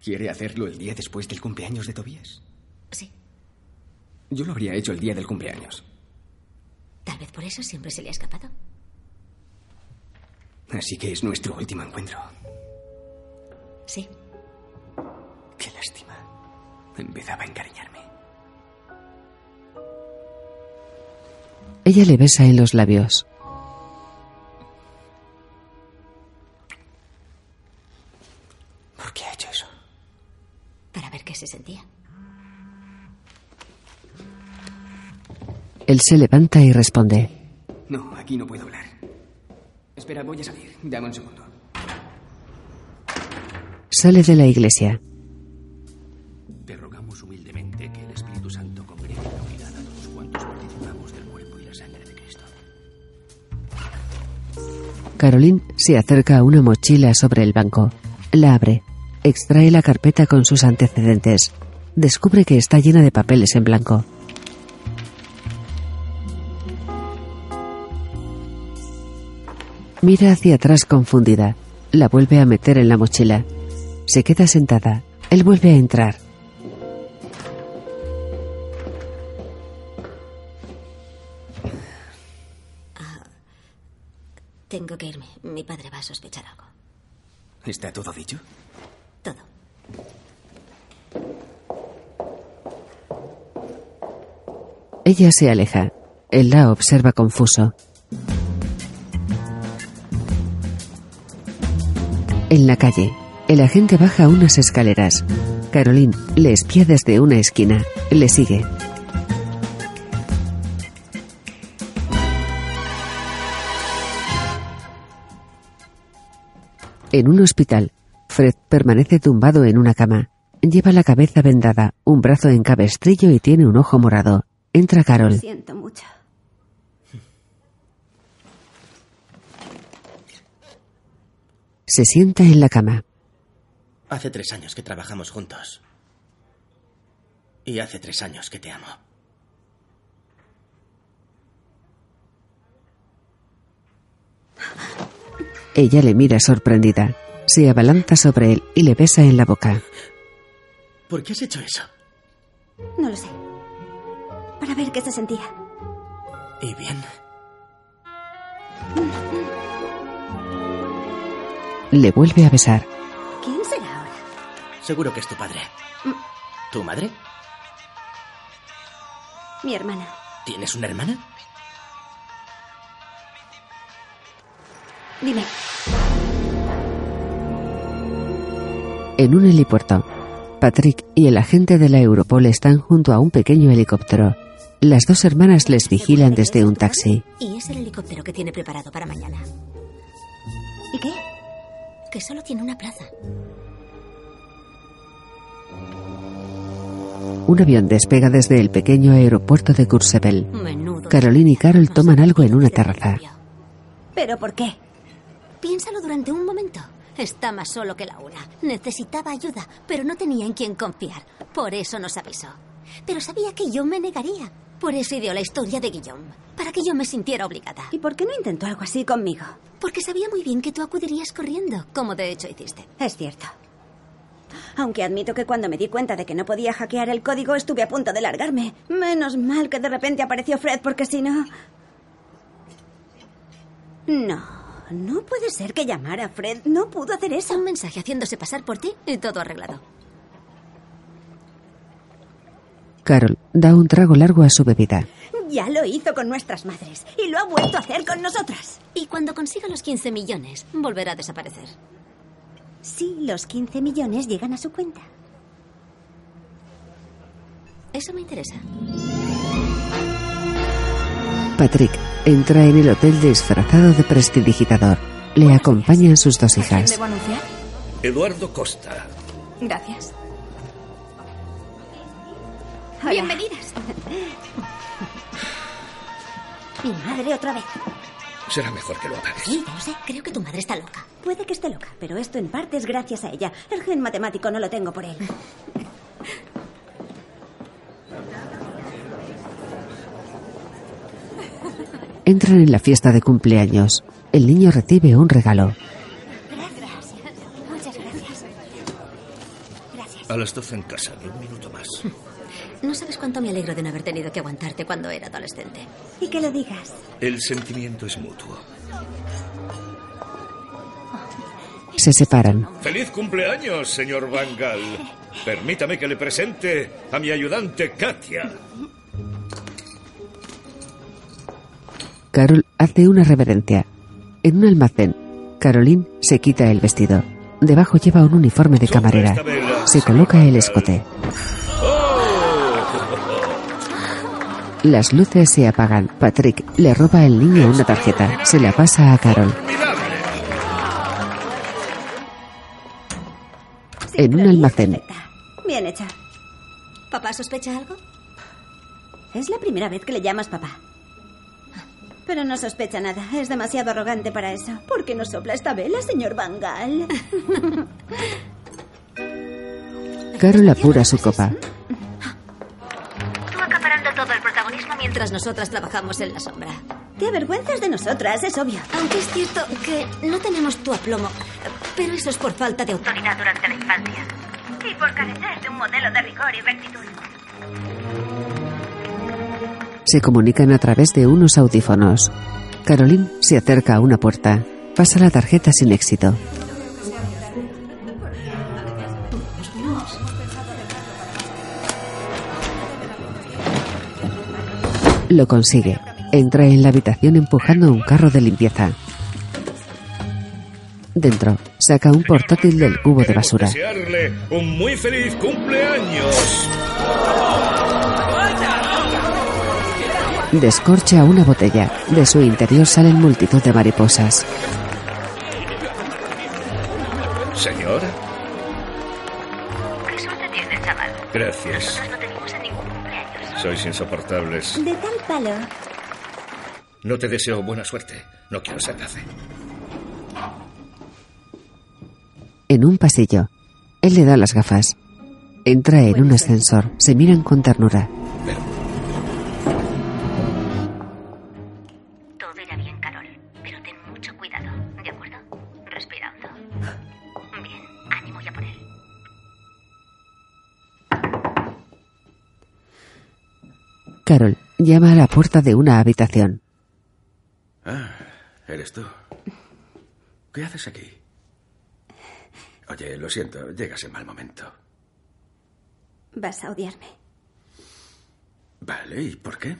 Speaker 8: ¿Quiere hacerlo el día después del cumpleaños de Tobías?
Speaker 6: Sí.
Speaker 8: Yo lo habría hecho el día del cumpleaños.
Speaker 6: Tal vez por eso siempre se le ha escapado.
Speaker 8: Así que es nuestro último encuentro.
Speaker 6: Sí.
Speaker 8: Qué lástima. Empezaba a encariñarme.
Speaker 1: Ella le besa en los labios.
Speaker 8: ¿Por qué ha hecho eso?
Speaker 6: Para ver qué se sentía.
Speaker 1: Él se levanta y responde.
Speaker 8: No, aquí no puedo hablar. Espera, voy a salir. Dame un segundo.
Speaker 1: Sale de la iglesia.
Speaker 4: Te rogamos humildemente que el Espíritu Santo congregue la unidad a todos cuantos participamos del cuerpo y
Speaker 1: Caroline se acerca a una mochila sobre el banco. La abre. Extrae la carpeta con sus antecedentes. Descubre que está llena de papeles en blanco. Mira hacia atrás confundida. La vuelve a meter en la mochila. Se queda sentada. Él vuelve a entrar.
Speaker 6: Tengo que irme. Mi padre va a sospechar algo.
Speaker 23: ¿Está todo dicho?
Speaker 6: Todo.
Speaker 1: Ella se aleja. Él la observa confuso. En la calle, el agente baja unas escaleras. Caroline le espía desde una esquina. Le sigue. En un hospital, Fred permanece tumbado en una cama. Lleva la cabeza vendada, un brazo en cabestrillo y tiene un ojo morado. Entra
Speaker 11: Lo
Speaker 1: Carol.
Speaker 11: siento mucho.
Speaker 1: Se sienta en la cama.
Speaker 8: Hace tres años que trabajamos juntos. Y hace tres años que te amo.
Speaker 1: Ella le mira sorprendida. Se abalanza sobre él y le besa en la boca.
Speaker 8: ¿Por qué has hecho eso?
Speaker 11: No lo sé. Para ver qué se sentía.
Speaker 8: ¿Y bien?
Speaker 1: Le vuelve a besar.
Speaker 11: ¿Quién será ahora?
Speaker 8: Seguro que es tu padre. ¿Tu madre?
Speaker 11: Mi hermana.
Speaker 8: ¿Tienes una hermana?
Speaker 11: Dime.
Speaker 1: En un helipuerto, Patrick y el agente de la Europol están junto a un pequeño helicóptero. Las dos hermanas les vigilan desde un taxi.
Speaker 6: Y es el helicóptero que tiene preparado para mañana.
Speaker 11: ¿Y qué?
Speaker 6: Que solo tiene una plaza.
Speaker 1: Un avión despega desde el pequeño aeropuerto de Courchevel.
Speaker 6: Menudo.
Speaker 1: Caroline y Carol toman algo en una terraza.
Speaker 6: ¿Pero por qué? Piénsalo durante un momento. Está más solo que la una. Necesitaba ayuda, pero no tenía en quién confiar. Por eso nos avisó. Pero sabía que yo me negaría. Por eso ideó la historia de Guillaume, para que yo me sintiera obligada.
Speaker 11: ¿Y por qué no intentó algo así conmigo?
Speaker 6: Porque sabía muy bien que tú acudirías corriendo, como de hecho hiciste.
Speaker 11: Es cierto. Aunque admito que cuando me di cuenta de que no podía hackear el código estuve a punto de largarme. Menos mal que de repente apareció Fred porque si no... No. No puede ser que llamara a Fred. No pudo hacer eso.
Speaker 6: Un mensaje haciéndose pasar por ti y todo arreglado.
Speaker 1: Carol da un trago largo a su bebida.
Speaker 11: Ya lo hizo con nuestras madres y lo ha vuelto a hacer con nosotras.
Speaker 6: Y cuando consiga los 15 millones, volverá a desaparecer.
Speaker 11: Sí, los 15 millones llegan a su cuenta.
Speaker 6: Eso me interesa.
Speaker 1: Patrick entra en el hotel disfrazado de prestidigitador. Le acompañan sus dos hijas.
Speaker 24: ¿Debo anunciar?
Speaker 3: Eduardo Costa.
Speaker 24: Gracias. Bienvenidas.
Speaker 11: Mi madre otra vez.
Speaker 3: Será mejor que lo apagues.
Speaker 11: Sí, no sé. Creo que tu madre está loca. Puede que esté loca, pero esto en parte es gracias a ella. El gen matemático no lo tengo por él.
Speaker 1: Entran en la fiesta de cumpleaños. El niño recibe un regalo.
Speaker 24: Gracias. Muchas gracias.
Speaker 3: A las 12 en casa, en un minuto más.
Speaker 6: No sabes cuánto me alegro de no haber tenido que aguantarte cuando era adolescente.
Speaker 11: Y que lo digas.
Speaker 3: El sentimiento es mutuo.
Speaker 1: Se separan.
Speaker 3: ¡Feliz cumpleaños, señor Bangal! Permítame que le presente a mi ayudante, Katia.
Speaker 1: Carol hace una reverencia. En un almacén, Caroline se quita el vestido. Debajo lleva un uniforme de camarera. Se coloca el escote. Las luces se apagan. Patrick le roba al niño una tarjeta. Se la pasa a Carol. En un almacén,
Speaker 11: Bien hecha.
Speaker 6: ¿Papá sospecha algo?
Speaker 11: Es la primera vez que le llamas papá. Pero no sospecha nada. Es demasiado arrogante para eso. ¿Por qué no sopla esta vela, señor Bangal?
Speaker 1: Carol apura su copa.
Speaker 6: Tú acaparando todo el protagonismo mientras nosotras trabajamos en la sombra.
Speaker 11: Te avergüenzas de nosotras, es obvio.
Speaker 6: Aunque es cierto que no tenemos tu aplomo. Pero eso es por falta de autoridad durante la infancia.
Speaker 4: Y por carecer de un modelo de rigor y rectitud.
Speaker 1: Se comunican a través de unos audífonos. Caroline se acerca a una puerta. Pasa la tarjeta sin éxito. Lo consigue. Entra en la habitación empujando un carro de limpieza. Dentro, saca un portátil del cubo de basura.
Speaker 25: Desearle un muy feliz cumpleaños.
Speaker 1: Descorcha una botella. De su interior salen multitud de mariposas.
Speaker 25: Señora,
Speaker 26: ¿Qué suerte tienes, chaval?
Speaker 25: gracias.
Speaker 26: no tenemos en ningún cumpleaños.
Speaker 25: Sois insoportables.
Speaker 11: De tal palo.
Speaker 25: No te deseo buena suerte. No quiero ser café.
Speaker 1: En un pasillo, él le da las gafas. Entra en un ascensor. Se miran con ternura.
Speaker 26: Todo irá bien, Carol. Pero ten mucho cuidado, ¿de acuerdo? Respira hondo. Bien, ánimo ya por él.
Speaker 1: Carol llama a la puerta de una habitación.
Speaker 3: Ah, eres tú. ¿Qué haces aquí? Oye, lo siento, llegas en mal momento.
Speaker 11: Vas a odiarme.
Speaker 3: Vale, ¿y por qué?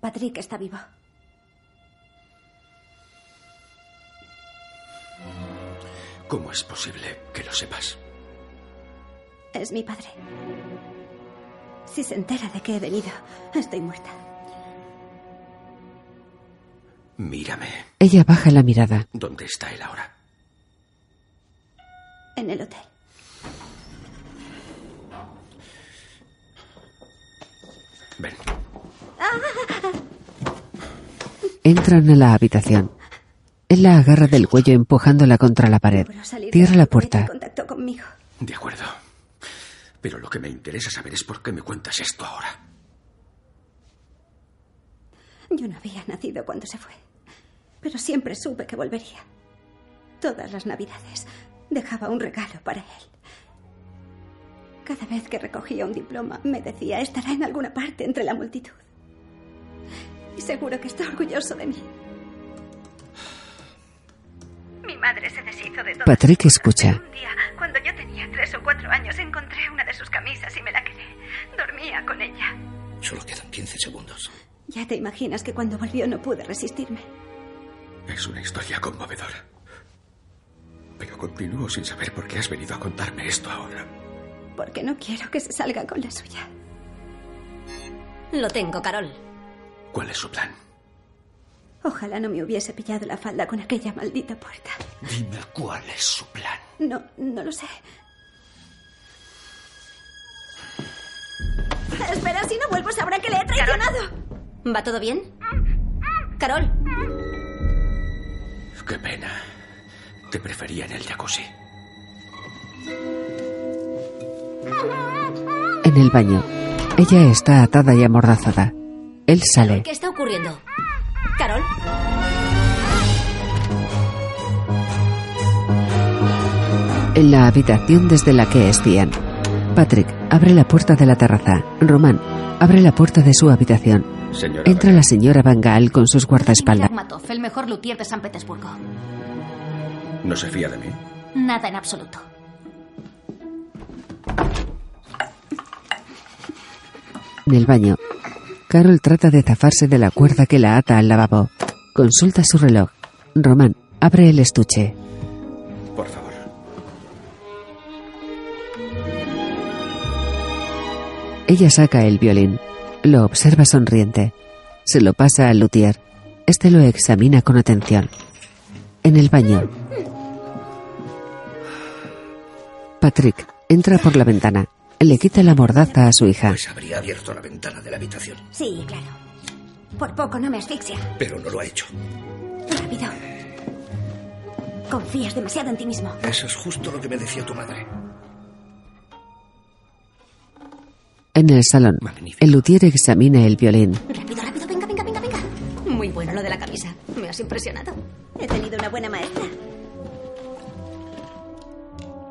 Speaker 11: Patrick está vivo.
Speaker 3: ¿Cómo es posible que lo sepas?
Speaker 11: Es mi padre. Si se entera de que he venido, estoy muerta.
Speaker 3: Mírame.
Speaker 1: Ella baja la mirada.
Speaker 3: ¿Dónde está él ahora?
Speaker 11: En el hotel.
Speaker 3: Ven.
Speaker 1: Entran a la habitación. Él la agarra del cuello empujándola contra la pared. Cierra la puerta.
Speaker 11: Contactó conmigo.
Speaker 3: De acuerdo. Pero lo que me interesa saber es por qué me cuentas esto ahora.
Speaker 11: Yo no había nacido cuando se fue. Pero siempre supe que volvería. Todas las navidades dejaba un regalo para él. Cada vez que recogía un diploma me decía estará en alguna parte entre la multitud. Y seguro que está orgulloso de mí.
Speaker 4: Mi madre se deshizo de todo.
Speaker 1: Patrick escucha.
Speaker 4: Un día, cuando yo tenía tres o cuatro años, encontré una de sus camisas y me la quedé. Dormía con ella.
Speaker 25: Solo quedan 15 segundos.
Speaker 11: Ya te imaginas que cuando volvió no pude resistirme.
Speaker 3: Es una historia conmovedora. Pero continúo sin saber por qué has venido a contarme esto ahora.
Speaker 11: Porque no quiero que se salga con la suya.
Speaker 6: Lo tengo, Carol.
Speaker 3: ¿Cuál es su plan?
Speaker 11: Ojalá no me hubiese pillado la falda con aquella maldita puerta.
Speaker 3: Dime cuál es su plan.
Speaker 11: No, no lo sé.
Speaker 4: Espera, si no vuelvo, sabrá que le he traicionado.
Speaker 6: ¿Va todo bien? Carol,
Speaker 3: Qué pena. Te prefería en el jacuzzi.
Speaker 1: En el baño. Ella está atada y amordazada. Él sale.
Speaker 6: ¿qué está ocurriendo? Carol,
Speaker 1: En la habitación desde la que espían. Patrick abre la puerta de la terraza. Román abre la puerta de su habitación.
Speaker 3: Señora.
Speaker 1: Entra la señora Van Gaal con sus guardaespaldas.
Speaker 26: Lermatov, el mejor luthier de San Petersburgo.
Speaker 3: ¿No se fía de mí?
Speaker 26: Nada en absoluto.
Speaker 1: En el baño, Carol trata de zafarse de la cuerda que la ata al lavabo. Consulta su reloj. Román abre el estuche.
Speaker 3: Por favor.
Speaker 1: Ella saca el violín. Lo observa sonriente. Se lo pasa al luthier. Este lo examina con atención. En el baño. Patrick entra por la ventana. Le quita la mordaza a su hija.
Speaker 3: Pues
Speaker 25: Habría abierto la ventana de la habitación.
Speaker 4: Sí, claro.
Speaker 27: Por poco no me asfixia.
Speaker 3: Pero no lo ha hecho.
Speaker 27: Rápido. Confías demasiado en ti mismo.
Speaker 3: Eso es justo lo que me decía tu madre.
Speaker 1: En el salón, el luthier examina el violín.
Speaker 27: Rápido, rápido, venga, venga, venga, venga. Muy bueno lo de la camisa. Me has impresionado.
Speaker 11: He tenido una buena maestra.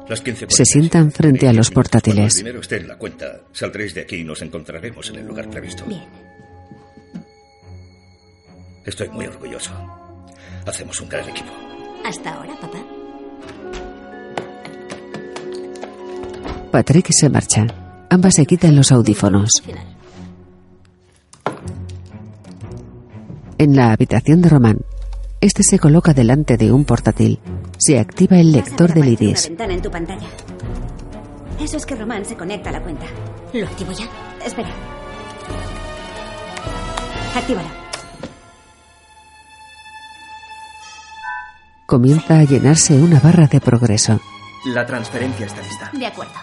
Speaker 3: Las 15
Speaker 1: Se sientan frente a los
Speaker 3: Cuando el
Speaker 1: portátiles.
Speaker 3: dinero esté en la cuenta, saldréis de aquí y nos encontraremos en el lugar previsto.
Speaker 27: Bien.
Speaker 3: Estoy muy orgulloso. Hacemos un gran equipo.
Speaker 27: Hasta ahora, papá.
Speaker 1: Patrick se marcha. Ambas se quitan los audífonos. En la habitación de Román, este se coloca delante de un portátil. Se activa el lector del
Speaker 11: Una
Speaker 1: iris.
Speaker 11: ventana en tu pantalla. Eso es que Román se conecta a la cuenta.
Speaker 6: ¿Lo activo ya?
Speaker 11: Espera. Actívalo.
Speaker 1: Comienza a llenarse una barra de progreso.
Speaker 7: La transferencia está lista.
Speaker 27: De acuerdo.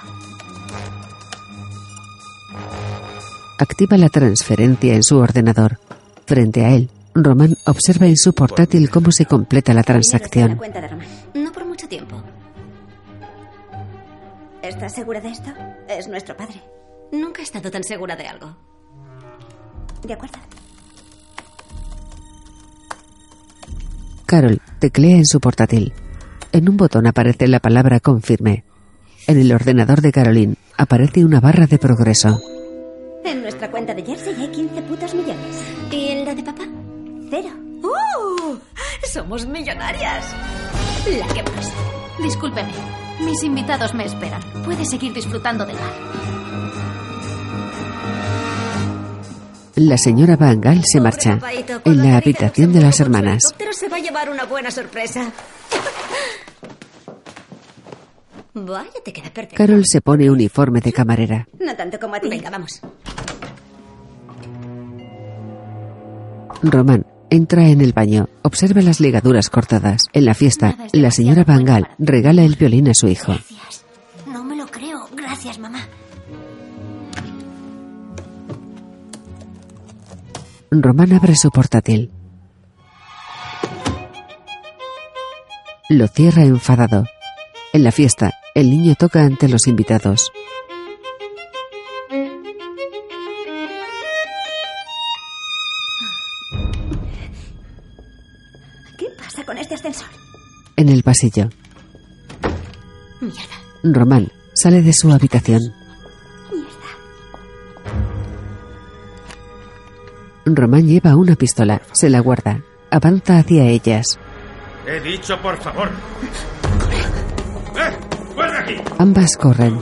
Speaker 1: Activa la transferencia en su ordenador. Frente a él, Román observa en su portátil cómo se completa la transacción.
Speaker 11: Cuenta de Román.
Speaker 27: No por mucho tiempo.
Speaker 11: ¿Estás segura de esto? Es nuestro padre.
Speaker 6: Nunca he estado tan segura de algo.
Speaker 11: De acuerdo.
Speaker 1: Carol teclea en su portátil. En un botón aparece la palabra confirme. En el ordenador de Caroline aparece una barra de progreso.
Speaker 11: En nuestra cuenta de Jersey hay 15 putos millones.
Speaker 27: ¿Y en la de papá?
Speaker 11: Cero.
Speaker 6: ¡Uh! Somos millonarias. La que más. Discúlpeme. Mis invitados me esperan. Puede seguir disfrutando del mar.
Speaker 1: La señora Van Gaal se marcha. En la habitación de las hermanas,
Speaker 6: Pero se va a llevar una buena sorpresa. Vaya, te queda perfecto.
Speaker 1: Carol se pone uniforme de camarera.
Speaker 11: No tanto como a ti.
Speaker 6: Venga, vamos.
Speaker 1: Román entra en el baño, observa las ligaduras cortadas. En la fiesta, la señora Van Gaal regala el violín a su hijo.
Speaker 27: No me lo creo. Gracias, mamá.
Speaker 1: Román abre su portátil. Lo cierra enfadado. En la fiesta, el niño toca ante los invitados.
Speaker 11: ¿Qué pasa con este ascensor?
Speaker 1: En el pasillo,
Speaker 27: Mierda.
Speaker 1: Román sale de su habitación. Román lleva una pistola, se la guarda, avanza hacia ellas.
Speaker 28: He dicho, por favor. ¡Eh! ¡Vuelve aquí!
Speaker 1: Ambas corren.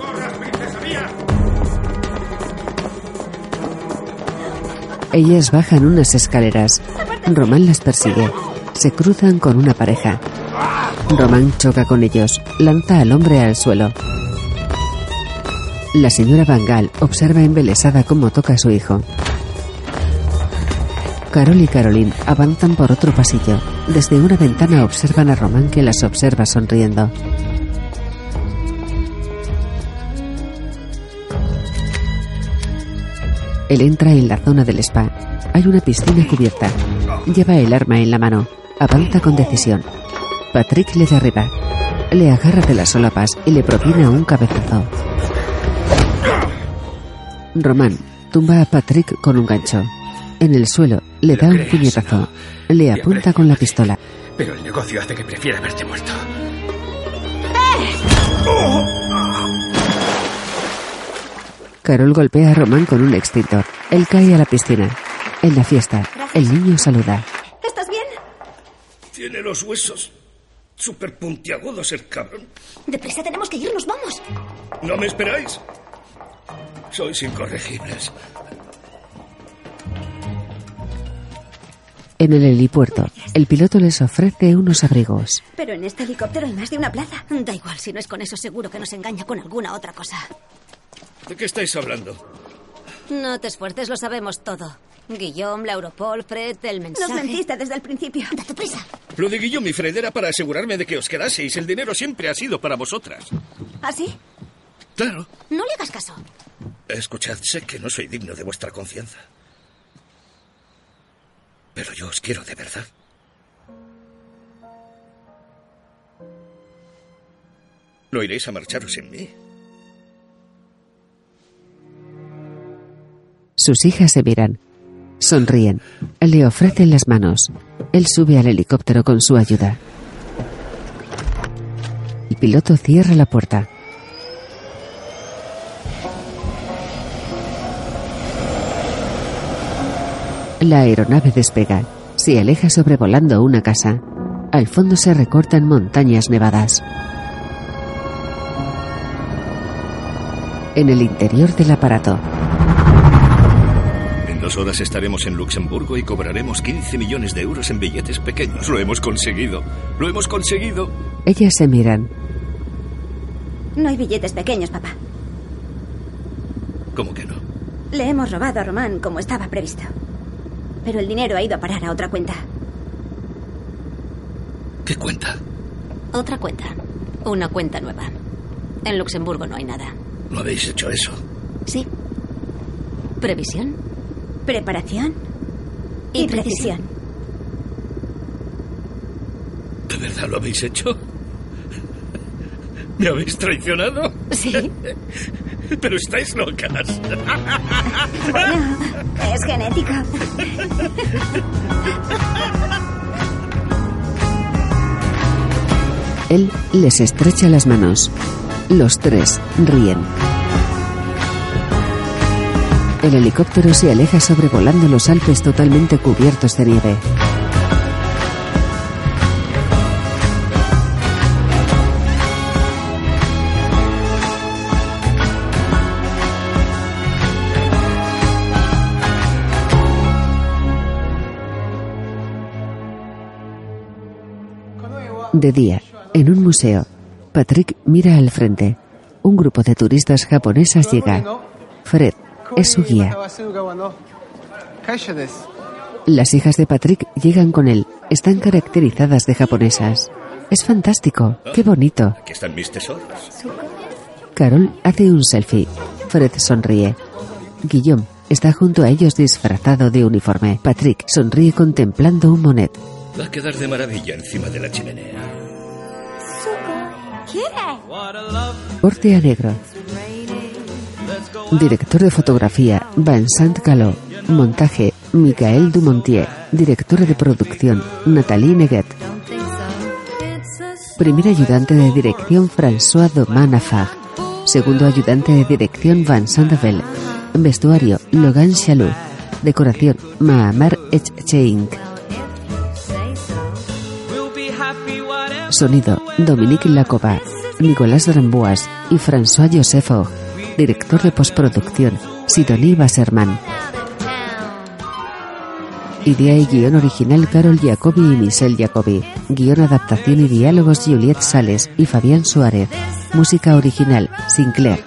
Speaker 1: Ellas bajan unas escaleras. Román las persigue. Se cruzan con una pareja. Román choca con ellos. Lanza al hombre al suelo. La señora Bangal observa embelesada cómo toca a su hijo. Carol y Caroline avanzan por otro pasillo. Desde una ventana observan a Román que las observa sonriendo. Él entra en la zona del spa. Hay una piscina cubierta. Lleva el arma en la mano. Avanza con decisión. Patrick le derriba. Le agarra de las solapas y le propina un cabezazo. Román tumba a Patrick con un gancho. En el suelo le da un puñetazo. Le apunta con la pistola.
Speaker 4: Pero el negocio hace que prefiera verte muerto.
Speaker 1: Carol golpea a Román con un extintor. Él cae a la piscina. En la fiesta, el niño saluda.
Speaker 11: ¿Estás bien?
Speaker 3: Tiene los huesos súper puntiagudos, el cabrón.
Speaker 27: Deprisa, tenemos que irnos, vamos.
Speaker 3: ¿No me esperáis? Sois incorregibles.
Speaker 1: En el helipuerto, el piloto les ofrece unos abrigos.
Speaker 6: Pero en este helicóptero hay más de una plaza. Da igual, si no es con eso, seguro que nos engaña con alguna otra cosa.
Speaker 3: ¿De qué estáis hablando?
Speaker 6: No te esfuerces, lo sabemos todo. Guillaume, la Europol, Fred, el mensaje.
Speaker 11: Nos mentiste desde el principio. Date prisa.
Speaker 3: Lo de Guillaume y Fred era para asegurarme de que os quedaseis. El dinero siempre ha sido para vosotras.
Speaker 6: ¿Ah,
Speaker 11: ¿Así?
Speaker 3: Claro.
Speaker 6: No le hagas caso.
Speaker 3: Escuchad, sé que no soy digno de vuestra confianza. Pero yo os quiero de verdad. ¿No iréis a marcharos sin mí?
Speaker 1: Sus hijas se miran. Sonríen. Le ofrecen las manos. Él sube al helicóptero con su ayuda. El piloto cierra la puerta. La aeronave despega. Se aleja sobrevolando una casa. Al fondo se recortan montañas nevadas. En el interior del aparato,
Speaker 3: En dos horas estaremos en Luxemburgo y cobraremos 15 millones de euros en billetes pequeños. Lo hemos conseguido. Lo hemos conseguido.
Speaker 1: ellas se miran.
Speaker 9: No hay billetes pequeños, papá.
Speaker 3: ¿Cómo que no?
Speaker 9: Le hemos robado a Román como estaba previsto. Pero el dinero ha ido a parar a otra cuenta.
Speaker 3: ¿Qué cuenta?
Speaker 6: Otra cuenta. Una cuenta nueva. En Luxemburgo no hay nada.
Speaker 3: ¿No habéis hecho eso?
Speaker 6: Sí. Previsión
Speaker 9: Preparación y, precisión.
Speaker 3: ¿De verdad lo habéis hecho? ¿Me habéis traicionado?
Speaker 6: Sí.
Speaker 3: Pero estáis locas.
Speaker 9: Bueno, es genético.
Speaker 1: Él les estrecha las manos. Los tres ríen. El helicóptero se aleja sobrevolando los Alpes totalmente cubiertos de nieve. De día, en un museo, Patrick mira al frente. Un grupo de turistas japonesas llega. Fred es su guía. Las hijas de Patrick llegan con él. Están caracterizadas de japonesas. Es fantástico, qué bonito.
Speaker 3: Aquí están mis tesoros.
Speaker 1: Carol hace un selfie. Fred sonríe. Guillaume está junto a ellos disfrazado de uniforme. Patrick sonríe contemplando un monet.
Speaker 3: Va a quedar de maravilla encima de la chimenea.
Speaker 1: Corte a negro. Director de fotografía, Vincent Gallo. Montaje, Michael Dumontier. Directora de producción, Nathalie Neguet. Primer ayudante de dirección, François Doman Afag. Segundo ayudante de dirección, Vincent Abel. Vestuario, Logan Chalou. Decoración, Mahamar Etcheink. Sonido, Dominique Lacova, Nicolás Ramboas y François Josefo. Director de postproducción, Sidonie Basserman. Idea y guión original Carol Jacobi y Michelle Jacobi. Guión adaptación y diálogos Juliet Sales y Fabián Suárez. Música original Sinclair.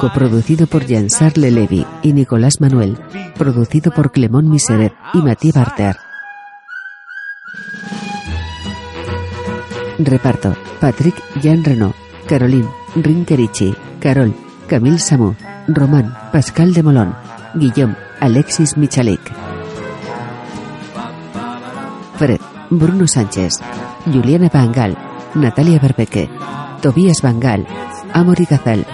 Speaker 1: Coproducido por Jansar Lelevi y Nicolás Manuel. Producido por Clemón Miseret y Mathieu Barter. Reparto: Patrick Jean Renault, Caroline Rinkerichi, Carol, Camille Samu, Román, Pascal de Molón, Guillaume, Alexis Michalik. Fred, Bruno Sánchez, Juliana Bangal, Natalia Berbeque, Tobías Bangal, Amor y Gazal.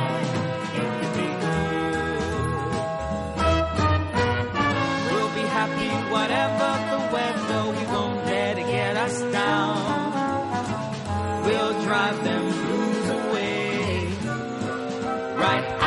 Speaker 29: We'll drive them blues away. Right